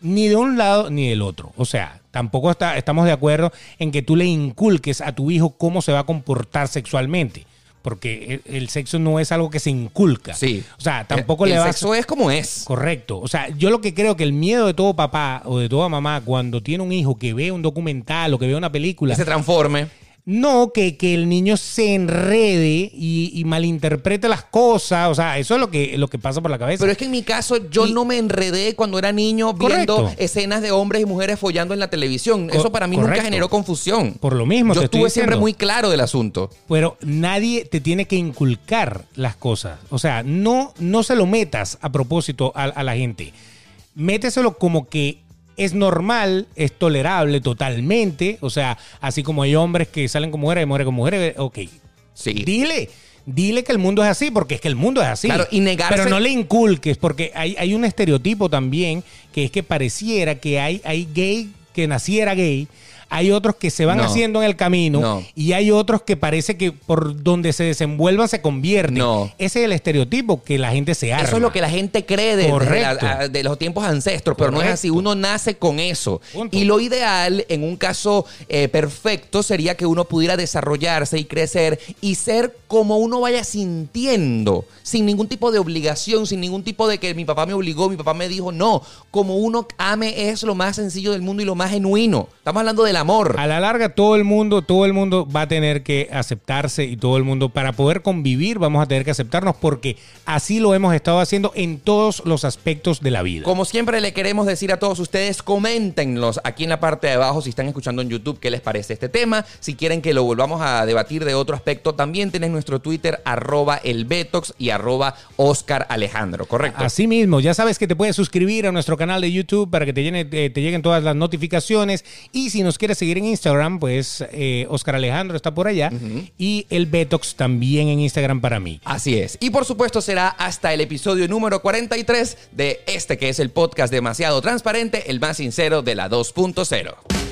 B: Ni de un lado ni del otro. O sea, tampoco está- estamos de acuerdo en que tú le inculques a tu hijo cómo se va a comportar sexualmente. Porque el, el sexo no es algo que se inculca.
A: Sí. Eh,
B: O sea, tampoco
A: el,
B: le
A: el
B: vas.
A: sexo es como es.
B: Correcto. O sea, yo lo que creo que el miedo de todo papá o de toda mamá cuando tiene un hijo que ve un documental o que ve una película
A: Que se transforme.
B: no, que, que el niño se enrede y, y malinterprete las cosas. O sea, eso es lo que, lo que pasa por la cabeza.
A: Pero es que en mi caso yo
B: Y-
A: no me enredé cuando era niño viendo
B: Correcto.
A: escenas de hombres y mujeres follando en la televisión.
B: Co-
A: Eso para mí
B: correcto.
A: nunca generó confusión.
B: Por lo mismo
A: yo
B: te estoy
A: estuve siempre
B: diciendo.
A: muy claro del asunto.
B: Pero nadie te tiene que inculcar las cosas. O sea, no, no se lo metas a propósito a, a la gente. Méteselo como que es normal, es tolerable totalmente. O sea, así como hay hombres que salen con mujeres, hay mujeres con mujeres. Ok.
A: Sí.
B: Dile. Dile que el mundo es así, porque es que el mundo es así.
A: Claro, y negarse-
B: Pero no le inculques, porque hay, hay un estereotipo también que es que pareciera que hay, hay gay que naciera gay, hay otros que se van
A: No.
B: haciendo en el camino
A: No.
B: y hay otros que parece que por donde se desenvuelvan se convierten.
A: No.
B: Ese es el estereotipo que la gente se arma.
A: Eso es lo que la gente cree de, desde la-
B: Correcto.
A: a- de los tiempos ancestros, pero no es
B: Correcto.
A: así. Uno nace con eso.
B: Punto.
A: Y lo ideal, en un caso eh, perfecto, sería que uno pudiera desarrollarse y crecer y ser como uno vaya sintiendo, sin ningún tipo de obligación, sin ningún tipo de que mi papá me obligó, mi papá me dijo, no, como uno ame es lo más sencillo del mundo y lo más genuino. Estamos hablando del amor.
B: A la larga, todo el mundo, todo el mundo va a tener que aceptarse y todo el mundo, para poder convivir, vamos a tener que aceptarnos porque así lo hemos estado haciendo en todos los aspectos de la vida.
A: Como siempre le queremos decir a todos ustedes, coméntenlos aquí en la parte de abajo si están escuchando en YouTube qué les parece este tema. Si quieren que lo volvamos a debatir de otro aspecto, también tenés nuestro Twitter arroba el Betox y arroba Oscar Alejandro, ¿correcto?
B: Así mismo, ya sabes que te puedes suscribir a nuestro canal de YouTube para que te, llene- eh, te lleguen todas las notificaciones. Y si nos quieres seguir en Instagram, pues eh, Oscar Alejandro está por allá. Y el Betox también en Instagram para mí.
A: Así es. Y por supuesto será hasta el episodio número 43 de este que es el podcast demasiado transparente, el más sincero de la 2.0.